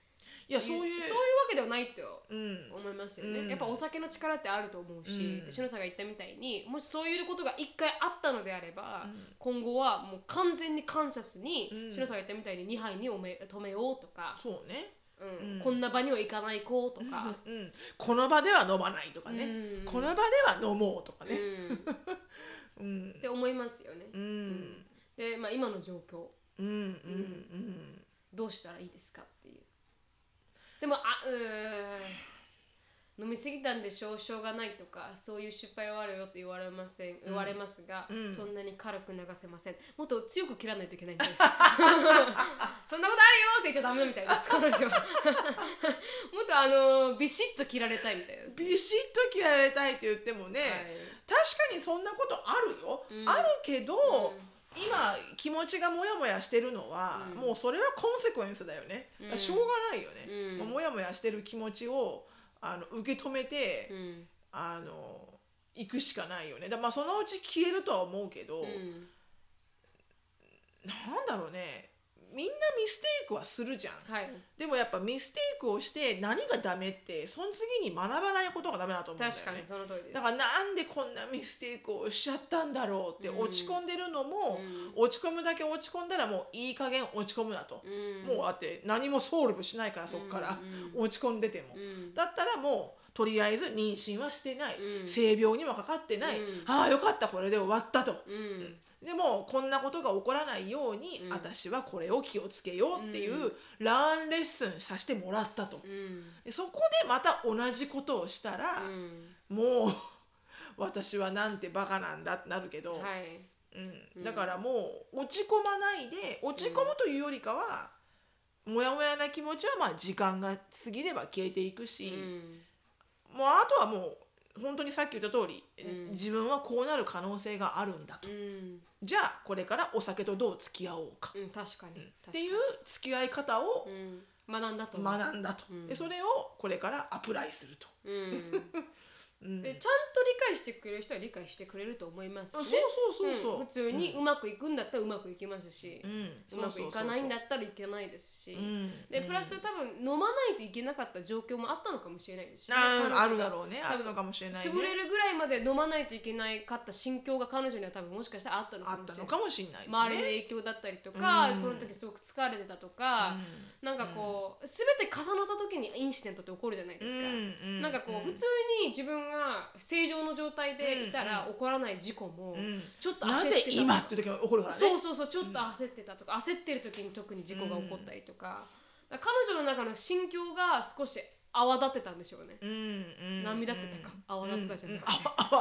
Speaker 2: いやそういう
Speaker 1: そういうわけではないと
Speaker 2: うん
Speaker 1: 思いますよね、
Speaker 2: うん
Speaker 1: やっぱお酒の力ってあると思うし、
Speaker 2: うん
Speaker 1: で篠さんが言ったみたいにもしそういうことが一回あったのであれば、
Speaker 2: うん
Speaker 1: 今後はもう完全に感謝すに、
Speaker 2: うん
Speaker 1: 篠さんが言ったみたいに2杯におめ止めようとか、
Speaker 2: そうね、
Speaker 1: うん
Speaker 2: うん
Speaker 1: こんな場には行かないこ
Speaker 2: <laughs>
Speaker 1: うとか、
Speaker 2: うん、この場では飲まないとかね、
Speaker 1: うん
Speaker 2: この場では飲もうとかね、
Speaker 1: うん
Speaker 2: うん、うん
Speaker 1: って思いますよね。
Speaker 2: うんうん
Speaker 1: で、まあ、今の状況
Speaker 2: うんうん
Speaker 1: どうしたらいいですかっていうでもあうーん飲みすぎたんでしょうしょうがないとかそういう失敗はあるよって言われません、言われますが、
Speaker 2: うん
Speaker 1: そんなに軽く流せませんもっと強く切らないといけないみたいです <laughs> そんなことあるよって言っちゃダメみたいです彼女は <laughs> もっとあのビシッと切られたいみたいです、
Speaker 2: ビシッと切られたいって言ってもね、
Speaker 1: はい
Speaker 2: 確かにそんなことあるよ、
Speaker 1: うん
Speaker 2: あるけど、今気持ちがモヤモヤしてるのは、
Speaker 1: うん
Speaker 2: もうそれはコンセクエンスだよね、
Speaker 1: うん
Speaker 2: しょうがないよね、
Speaker 1: うん
Speaker 2: もやもやしてる気持ちをあの受け止めて、
Speaker 1: うん
Speaker 2: あの行くしかないよねだからまあそのうち消えるとは思うけど、
Speaker 1: うん
Speaker 2: なんだろうねみんなミステイクはするじゃん
Speaker 1: はい
Speaker 2: でもやっぱミステイクをして何がダメってその次に学ばないことがダメだと思うんだよね
Speaker 1: 確かにその通りです
Speaker 2: だからなんでこんなミステイクをしちゃったんだろうって
Speaker 1: うん
Speaker 2: 落ち込んでるのも、落ち込むだけ落ち込んだらもういい加減落ち込むなと、
Speaker 1: うん
Speaker 2: もうあって何もソルブしないからそっから、
Speaker 1: うん
Speaker 2: 落ち込んでても、
Speaker 1: うん
Speaker 2: だったらもうとりあえず妊娠はしてない、
Speaker 1: うん
Speaker 2: 性病にもかかってない、
Speaker 1: うん
Speaker 2: ああよかったこれで終わったと、
Speaker 1: うん
Speaker 2: でもこんなことが起こらないように、
Speaker 1: うん
Speaker 2: 私はこれを気をつけようっていう、
Speaker 1: う
Speaker 2: ラーンレッスンさせてもらったと、
Speaker 1: うん
Speaker 2: でそこでまた同じことをしたら、
Speaker 1: うん
Speaker 2: もう <laughs> 私はなんてバカなんだってなるけど、
Speaker 1: はい
Speaker 2: うん、だからもう落ち込まないで落ち込むというよりかは、モヤモヤな気持ちはまあ時間が過ぎれば消えていくし、
Speaker 1: うん
Speaker 2: もうあとはもう本当にさっき言った通り、
Speaker 1: うん
Speaker 2: 自分はこうなる可能性があるんだと
Speaker 1: うん、
Speaker 2: じゃあこれからお酒とどう付き合おうか
Speaker 1: うん、確かに確かに
Speaker 2: っていう付き合い方を
Speaker 1: うん、学んだと思う
Speaker 2: 学んだと、
Speaker 1: うん
Speaker 2: でそれをこれからアプライすると、
Speaker 1: うん、
Speaker 2: うん
Speaker 1: でちゃんと理解してくれる人は理解してくれると思いますし、
Speaker 2: そう
Speaker 1: ね、
Speaker 2: そうそうそう、
Speaker 1: ん普通にうまくいくんだったらうまくいきますし
Speaker 2: う、ん、
Speaker 1: うまくいかないんだ
Speaker 2: っ
Speaker 1: ったらいけないですし、
Speaker 2: てうん、
Speaker 1: でプラス多分飲まないといけなかった状況もあったのかもしれないですしね
Speaker 2: あ
Speaker 1: 彼
Speaker 2: ー
Speaker 1: 女が
Speaker 2: あるだろうねあるのかもしれない、ね、
Speaker 1: 潰れるぐらいまで飲まないといけないかった心境が彼女には多分もしかしたらあったの
Speaker 2: あ
Speaker 1: か
Speaker 2: っ
Speaker 1: も
Speaker 2: た
Speaker 1: しれ
Speaker 2: の
Speaker 1: ない
Speaker 2: かもしれないですね
Speaker 1: 周りの影響だったりとか、
Speaker 2: うん
Speaker 1: その時すごく疲れてたとか、なんかこう全て重なった時にインシデントって起こるじゃないですか、
Speaker 2: うん
Speaker 1: なんかこう普通に自分が正常の状態でいたら起こらない事故も
Speaker 2: うん
Speaker 1: ちょっと焦
Speaker 2: な
Speaker 1: って
Speaker 2: ぜ
Speaker 1: たと
Speaker 2: 今
Speaker 1: か
Speaker 2: っていう時は起こるからね
Speaker 1: そうそうそうちょっと焦ってたとか、焦ってる時に特に事故が起こったりとか,、彼女の中の心境が少し泡立ってたんでしょうね、
Speaker 2: うんうん
Speaker 1: 涙ってたか泡立ってたじゃなくて、
Speaker 2: ああ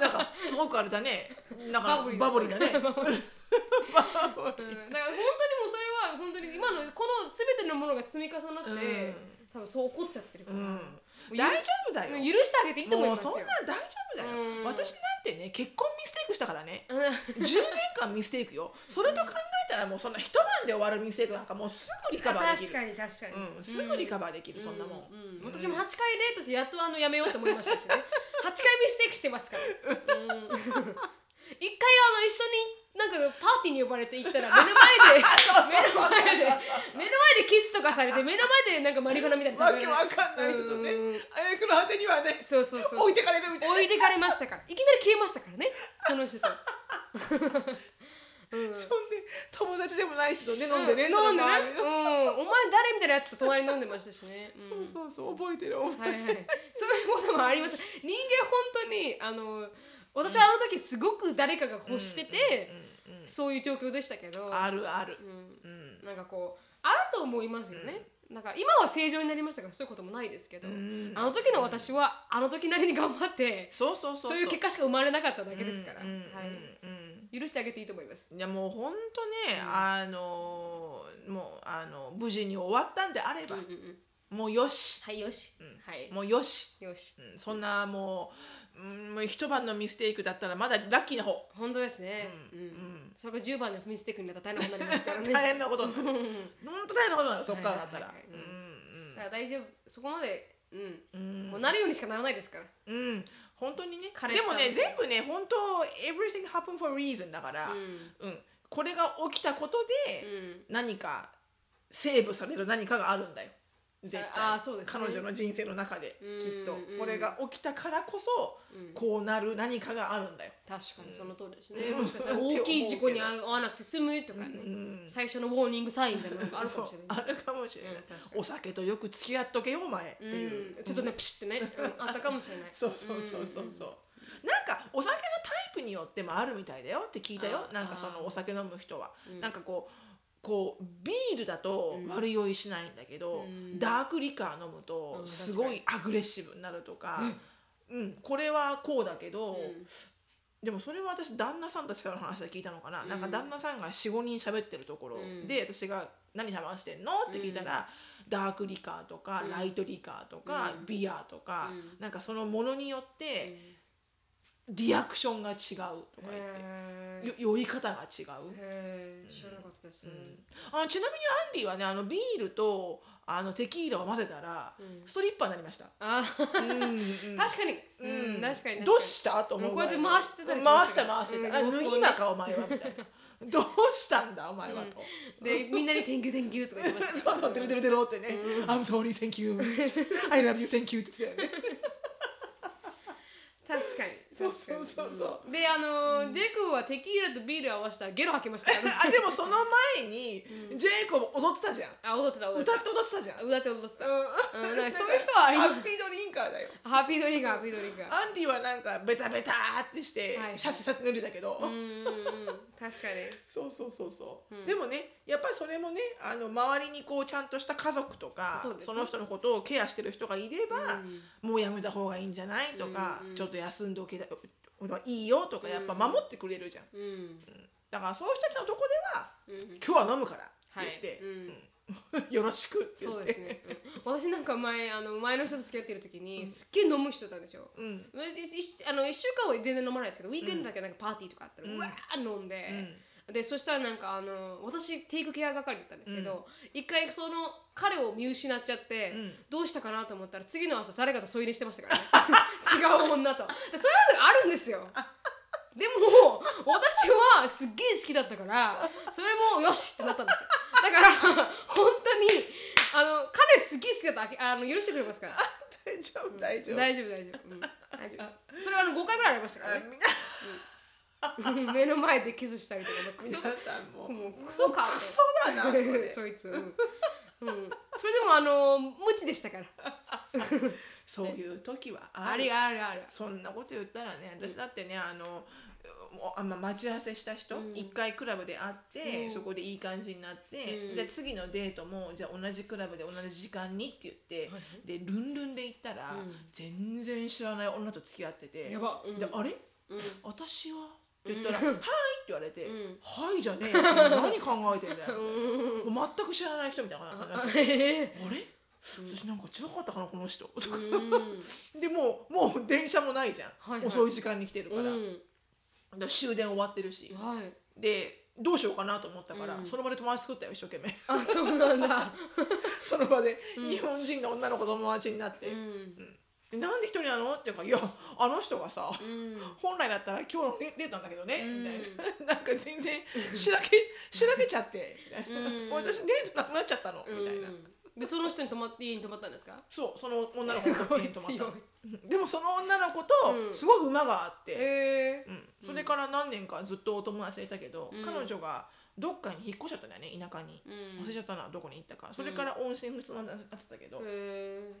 Speaker 2: なんかすごくあれだねなんかバブリーだね
Speaker 1: <laughs> バブリーうんだから本当にもうそれは本当に今のこの全てのものが積み重なって、
Speaker 2: うん
Speaker 1: 多分そう怒っちゃってるか
Speaker 2: う
Speaker 1: ら、
Speaker 2: ん
Speaker 1: もうゆ
Speaker 2: 大丈夫だよ
Speaker 1: 許してあげていいと思いま
Speaker 2: もう
Speaker 1: す
Speaker 2: そん
Speaker 1: よ
Speaker 2: な大丈夫だよ、
Speaker 1: うん
Speaker 2: 私なんてね結婚ミステイクしたからね
Speaker 1: う
Speaker 2: 10年間ミステイ
Speaker 1: <laughs>
Speaker 2: クよそれと考えたらもうそんな一晩で終わるミステイクなんかもうすぐリカ
Speaker 1: ん
Speaker 2: バーでき
Speaker 1: 確か
Speaker 2: る
Speaker 1: に確かに、
Speaker 2: うん、すぐリカバーできる、そんなもん、
Speaker 1: う私も8回例としてやっとあのやめようと思いましたしね8回ミステイクしてますから、う
Speaker 2: <laughs>
Speaker 1: ん、一回あの一緒になんかパーティーに呼ばれて行
Speaker 2: <laughs>
Speaker 1: ったら目の前で目の前で目の前でキスとかされて目の前でなんかマリファナみたいな
Speaker 2: わ
Speaker 1: の食
Speaker 2: け
Speaker 1: べら
Speaker 2: わ
Speaker 1: れて
Speaker 2: かんない人とね
Speaker 1: うん
Speaker 2: あやくの果てにはね
Speaker 1: そうそうそう
Speaker 2: 置いてかれるみたいな
Speaker 1: 置いてかれましたからいきなり消えましたからねその人と、うん
Speaker 2: そんで友達でもない人ね <laughs> 飲んでね、
Speaker 1: う
Speaker 2: その
Speaker 1: 飲んでね
Speaker 2: 周り
Speaker 1: う
Speaker 2: の
Speaker 1: んお前誰みたいなやつと隣に飲んでましたしね、うん
Speaker 2: そうそうそう覚えてる覚えてる
Speaker 1: はいはい、そういうこともあります人間本当にあの私はあの時すごく誰かが欲してて、
Speaker 2: うんうん
Speaker 1: そういう状況でしたけど、
Speaker 2: あるある
Speaker 1: う、、
Speaker 2: うんん
Speaker 1: なんかこうあると思いますよね、なんか今は正常になりましたからそういうこともないですけど、
Speaker 2: うん
Speaker 1: あの時の私はあの時なりに頑張って
Speaker 2: そうそう
Speaker 1: そ
Speaker 2: そう
Speaker 1: ういう結果しか生まれなかっただけですから、
Speaker 2: うんうんうん
Speaker 1: はい許してあげていいと思います
Speaker 2: いやもう本当ね、あのーもうあの無事に終わったんであれば、
Speaker 1: うんうんうん
Speaker 2: もうよし、
Speaker 1: はいよし、
Speaker 2: ん
Speaker 1: はい
Speaker 2: もうよし、
Speaker 1: よし
Speaker 2: うんそんなもう,、うん、もう一晩のミステイクだったらまだラッキーな方
Speaker 1: 本当ですね、うん
Speaker 2: うん
Speaker 1: それが10番のミステイクになったら大変なことになりますからね
Speaker 2: <laughs> 大変なことになる本当大変なことになるそっからだった
Speaker 1: は
Speaker 2: ら
Speaker 1: いはいはいは
Speaker 2: う
Speaker 1: い
Speaker 2: ん
Speaker 1: だから大丈夫そこまでうん、
Speaker 2: うんうん
Speaker 1: もうなるようにしかならないですから
Speaker 2: うん本当にね
Speaker 1: 彼氏
Speaker 2: で
Speaker 1: さん
Speaker 2: もね全部ね本当 everything happen for a reason だから、
Speaker 1: うん
Speaker 2: うん、これが起きたこと
Speaker 1: う
Speaker 2: で
Speaker 1: ん
Speaker 2: 何かセーブされる何かがあるんだよ絶対
Speaker 1: ああそうですね
Speaker 2: 彼女の人生の中で
Speaker 1: うん
Speaker 2: きっと
Speaker 1: うん
Speaker 2: これが起きたからこそ
Speaker 1: うん
Speaker 2: こうなる何かがあるんだよ、
Speaker 1: 確かにその通りですね、
Speaker 2: うん
Speaker 1: もしか
Speaker 2: <laughs>
Speaker 1: したら大きい事故に遭わなくて済むとかね、
Speaker 2: うん
Speaker 1: 最初のウォーニングサインみたいなのがあるか
Speaker 2: そ
Speaker 1: も
Speaker 2: う
Speaker 1: しれない
Speaker 2: あるかもしれない、
Speaker 1: うん確かに
Speaker 2: お酒とよく付き合っとけよお前っていう、
Speaker 1: うん、ちょっとねピシッてね、うんあったかもしれない
Speaker 2: <laughs> そうそうそうそうそうなんかお酒のタイプによってもあるみたいだよって聞いたよ
Speaker 1: あー
Speaker 2: なんかそ
Speaker 1: あ
Speaker 2: の
Speaker 1: ー
Speaker 2: お酒飲む人は、
Speaker 1: うん
Speaker 2: なんかこうこうビールだと
Speaker 1: うん
Speaker 2: 悪酔いしないんだけど、
Speaker 1: うん
Speaker 2: ダークリカー飲む
Speaker 1: う
Speaker 2: と
Speaker 1: ん
Speaker 2: すごいアグレッシブになるとか、うんこれはこうだけど、
Speaker 1: うん
Speaker 2: でもそれは私旦那さんたちからの話で聞いたのかな、
Speaker 1: うん
Speaker 2: なんか旦那さんが45人喋ってるところ
Speaker 1: うん
Speaker 2: で、私が「何話してんの?」って聞いたら、ダークリカーとか、
Speaker 1: うん
Speaker 2: ライトリカーとか、
Speaker 1: うん
Speaker 2: ビアとか、
Speaker 1: うん
Speaker 2: なんかそのものによっ
Speaker 1: う
Speaker 2: て
Speaker 1: ん
Speaker 2: リアクションが違うとか言って。
Speaker 1: へー
Speaker 2: よ酔い方が違う、
Speaker 1: へー知らなかったです、
Speaker 2: あちなみにアンディはねあのビールとあのテキーラを混ぜたら、
Speaker 1: うん
Speaker 2: ストリッパーになりました、
Speaker 1: あ
Speaker 2: うん
Speaker 1: ー
Speaker 2: うん
Speaker 1: 確かに、う
Speaker 2: うん
Speaker 1: ん確かに確かに
Speaker 2: どうしたと思うぐらい
Speaker 1: こうやって回してたりしま
Speaker 2: 回し
Speaker 1: したた
Speaker 2: 回してた、
Speaker 1: うん
Speaker 2: あ脱ぎまかお前はみたいな <laughs> どうしたんだお前はと、
Speaker 1: でみんなに「天球天球」とか言ってました
Speaker 2: <laughs> そうそうてるてるてるってね、I'm sorry thank you I love you thank you って言ってたよね
Speaker 1: 確かに、
Speaker 2: そうそうそうそう
Speaker 1: んであのージェイクはテキーラとビール合わせたらゲロ吐きましたからね
Speaker 2: あでもその前に、ジェイコブ踊ってたじゃん
Speaker 1: あ踊ってた踊って
Speaker 2: 歌
Speaker 1: た
Speaker 2: って踊ってたじゃん、
Speaker 1: 歌って踊ってた、うん
Speaker 2: う <laughs>
Speaker 1: だからそういう人はありま
Speaker 2: ハ
Speaker 1: す
Speaker 2: ッピードリンカーだよ
Speaker 1: ハッピードリンガーハッピードリンガー
Speaker 2: アンディはなんかベタベタってして
Speaker 1: はい
Speaker 2: シャツシャツ塗るだけど、
Speaker 1: うんうんうん確かに
Speaker 2: そうそうそうそう、
Speaker 1: うん
Speaker 2: でもねやっぱりそれもねあの周りにこうちゃんとした家族とか
Speaker 1: そうですね
Speaker 2: の人のことをケアしてる人がいれば、もうやめた方がいいんじゃないとか、
Speaker 1: うんうん
Speaker 2: ちょっと休んでおけだいいよとかやっぱ守ってくれるじゃん、
Speaker 1: うん
Speaker 2: だからそういう人たちのとこでは
Speaker 1: うん
Speaker 2: 今日は飲むからって言って、
Speaker 1: はいうん
Speaker 2: うんよろしくって言
Speaker 1: そ
Speaker 2: っ
Speaker 1: う
Speaker 2: て
Speaker 1: ですね、うん私なんか前あの前の人と付き合ってる時に、すっげえ飲む人だったんですよ、
Speaker 2: うん
Speaker 1: まあいいあの1週間は全然飲まないですけどウィークエンドだけなんかパーティーとかあったら、
Speaker 2: う
Speaker 1: うんわー飲んで、でそしたらなんかあの私テイクケア係だったんですけど、一回その彼を見失っちゃって、
Speaker 2: うん
Speaker 1: どうしたかなと思ったら次の朝誰かと添い寝してましたからね <laughs> 違う女とでそういうのがあるんですよでも私はすっげえ好きだったからそれもよしってなったんですよだから本当にあの彼すっげえ好きだったらあけあの許してくれますから
Speaker 2: <laughs> 大丈夫大丈夫
Speaker 1: 大丈夫大丈夫、うん、大丈夫ですそれはあの5回ぐらいありましたからね
Speaker 2: みんな
Speaker 1: 目の前でキスしたりとかもうクソ
Speaker 2: 皆さんも
Speaker 1: もうクソか
Speaker 2: クソだなそ
Speaker 1: <laughs>
Speaker 2: れ
Speaker 1: そいつ、うんうん、それでもあの無知でしたから
Speaker 2: そういう時はあ
Speaker 1: あ
Speaker 2: る
Speaker 1: れあるある
Speaker 2: そんなこと言ったらね私だってねあのもうあんま待ち合わせした人、
Speaker 1: うん
Speaker 2: 一回クラブで会って、
Speaker 1: うん
Speaker 2: そこでいい感じになって、
Speaker 1: うん
Speaker 2: で次のデートもじゃあ同じクラブで同じ時間にって言って、でルンルンで行ったら、
Speaker 1: うん
Speaker 2: 全然知らない女と付き合ってて
Speaker 1: やば、うん
Speaker 2: であれ
Speaker 1: うん
Speaker 2: 私はって言ったら
Speaker 1: う
Speaker 2: 「
Speaker 1: ん
Speaker 2: はい」って言われて「
Speaker 1: うん
Speaker 2: はい」じゃね
Speaker 1: <laughs>
Speaker 2: えよ何考えてんだよ
Speaker 1: う
Speaker 2: もう全く知らない人みたいな感じになっ
Speaker 1: あ
Speaker 2: て
Speaker 1: ええ
Speaker 2: あれ私なんか違かったかなこの人」とか
Speaker 1: うん
Speaker 2: でもうもう電車もないじゃん、
Speaker 1: はいはい
Speaker 2: 遅い時間に来てるか
Speaker 1: う
Speaker 2: ら,、だか
Speaker 1: ん
Speaker 2: ら終電終わってるし
Speaker 1: はい
Speaker 2: でどうしようかなと思ったから、
Speaker 1: うん
Speaker 2: その場で友達作ったよ一生懸命 <laughs>
Speaker 1: あそうなんだ
Speaker 2: その場で
Speaker 1: うん
Speaker 2: 日本人の女の子と友達になって
Speaker 1: う、ん
Speaker 2: でなんで一人なのっていうから「いやあの人がさ、
Speaker 1: うん
Speaker 2: 本来だったら今日のデデートなんだけどね、
Speaker 1: うん
Speaker 2: みたいな <laughs> なんか全然しらけしらけちゃってみたいな、
Speaker 1: うん
Speaker 2: <laughs> 私デートなくなっちゃったの、みたいな
Speaker 1: うんでその人に泊まって家に泊まったんですか
Speaker 2: そうその女の子と家に泊まった
Speaker 1: 強
Speaker 2: の
Speaker 1: い
Speaker 2: でもその女の子
Speaker 1: う
Speaker 2: と
Speaker 1: ん
Speaker 2: すごい馬があって、
Speaker 1: え
Speaker 2: うん、それから何年かずっとお友達がいたけど、
Speaker 1: うん
Speaker 2: 彼女がどっかに引っ越しちゃったんだよね田舎に
Speaker 1: え、うん
Speaker 2: 忘れちゃったなどこに行ったかそれから音信不通になっちゃったけど、
Speaker 1: へえ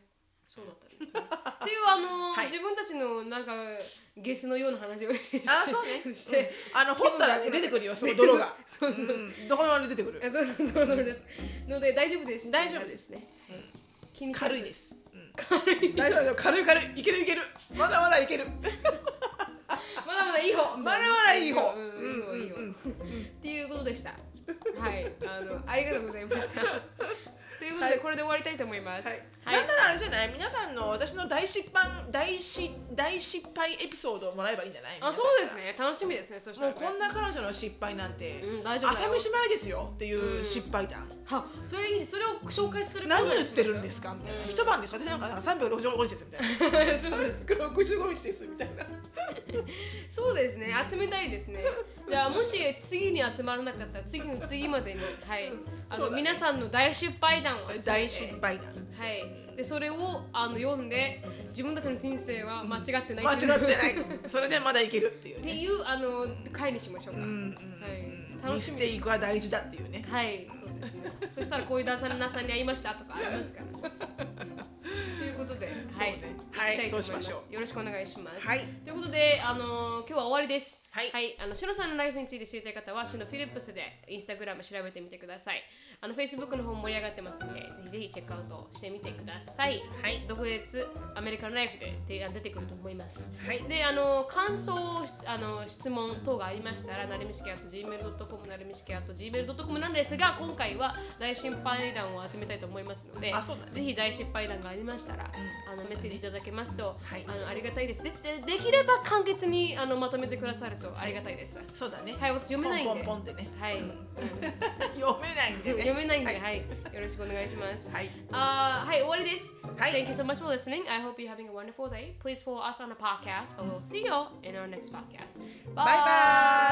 Speaker 1: そうだったんですね。っていうあの、
Speaker 2: <laughs> はい
Speaker 1: 自分たちのなんかゲスのような話をし
Speaker 2: あそうね
Speaker 1: <laughs> して、
Speaker 2: あの掘ったら出てくるよその泥が
Speaker 1: <laughs> そうそう
Speaker 2: うんどこまで出てくる
Speaker 1: そうそうそうそうです。ので大丈夫です。
Speaker 2: 大丈夫です
Speaker 1: ね。
Speaker 2: うん
Speaker 1: 気にせず
Speaker 2: 軽いで。す、うん、大丈夫大丈夫軽い軽いいけるいけるまだまだいける
Speaker 1: まだまだいい
Speaker 2: <laughs>
Speaker 1: 方。
Speaker 2: まだまだいい方
Speaker 1: うん
Speaker 2: う
Speaker 1: いい方
Speaker 2: ん
Speaker 1: いい方。っていうことでした。はい、あのありがとうございま
Speaker 2: <laughs>
Speaker 1: した。ということ
Speaker 2: は
Speaker 1: で
Speaker 2: い
Speaker 1: これで終わりたいと思います。
Speaker 2: はい、
Speaker 1: はい
Speaker 2: なんならあれじゃない皆さんの私の大失敗大失大失敗エピソードをもらえばいいんじゃない
Speaker 1: あ、
Speaker 2: 皆さん
Speaker 1: そ
Speaker 2: から
Speaker 1: うですね。楽しみですね。そした
Speaker 2: も
Speaker 1: ら
Speaker 2: う
Speaker 1: ね
Speaker 2: こんな彼女の失敗なんて、
Speaker 1: うん大丈夫だ
Speaker 2: 朝
Speaker 1: よ
Speaker 2: 飯前ですよっていううん失敗談、
Speaker 1: は、それいいそれを紹介する。
Speaker 2: 何言ってるんですかみたいな、
Speaker 1: うん
Speaker 2: 一晩ですか私なんかなんか365日ですみたいな
Speaker 1: か。そうです。
Speaker 2: 365日ですみたいな
Speaker 1: <laughs> そうですね、集めたいですね。じゃあもし次に集まらなかったら次の次までに、はい、あ
Speaker 2: そう
Speaker 1: の、
Speaker 2: だね
Speaker 1: 皆さんの大失敗談を集めて
Speaker 2: 大失敗談
Speaker 1: はい、でそれをあの読んで自分たちの人生は間違ってない
Speaker 2: 間違って
Speaker 1: っ
Speaker 2: ないそれでまだいけるっていう
Speaker 1: て
Speaker 2: ね
Speaker 1: いうあの回にしましょうか。
Speaker 2: うんうん
Speaker 1: はい、
Speaker 2: うん
Speaker 1: <laughs> 楽
Speaker 2: ミ
Speaker 1: し
Speaker 2: ス
Speaker 1: み
Speaker 2: テ
Speaker 1: で
Speaker 2: イ
Speaker 1: す。
Speaker 2: クは大事だっていうね
Speaker 1: はい、そうです
Speaker 2: <laughs>
Speaker 1: ね。そしたらこういうダンサーの皆さんに会いましたとかありますから。うんということで、はい、
Speaker 2: そうねはい
Speaker 1: 行きたと思
Speaker 2: そうしましょう
Speaker 1: ますよろしくお願いします。
Speaker 2: はい
Speaker 1: ということで、あのー今日は終わりです。
Speaker 2: はい
Speaker 1: あの、しのさんのライフについて知りたい方は、しのフィリップスでインスタグラム調べてみてください。あの、Facebook の方も盛り上がってますので、ぜひぜひチェックアウトしてみてください。はい。独立アメリカンライフで提案出てくると思います。
Speaker 2: はい
Speaker 1: で、あのー感想、あのー質問等がありましたら、なるみしき .gmail.com、なるみしき .gmail.com なんですが、今回は大心配談を集めたいと思いますので、
Speaker 2: あそうだね
Speaker 1: ぜひ大失敗談がありましたら、あのメッセージいただけますと、
Speaker 2: はい
Speaker 1: あのありがたいです。ですでできれば簡潔にあのまとめてくださるとありがたいです。はい、
Speaker 2: そうだね
Speaker 1: 私読めないん
Speaker 2: ポン
Speaker 1: で、
Speaker 2: ポンポンってね
Speaker 1: はい、
Speaker 2: <laughs> 読めないんでね
Speaker 1: 読めないんで、はい、よろしくお願いします。
Speaker 2: はい
Speaker 1: あーはい、終わりです。
Speaker 2: はい
Speaker 1: Thank you so much for listening. I hope you're having a wonderful day. Please follow us on the podcast, but we'll see you in our next podcast.
Speaker 2: バイバ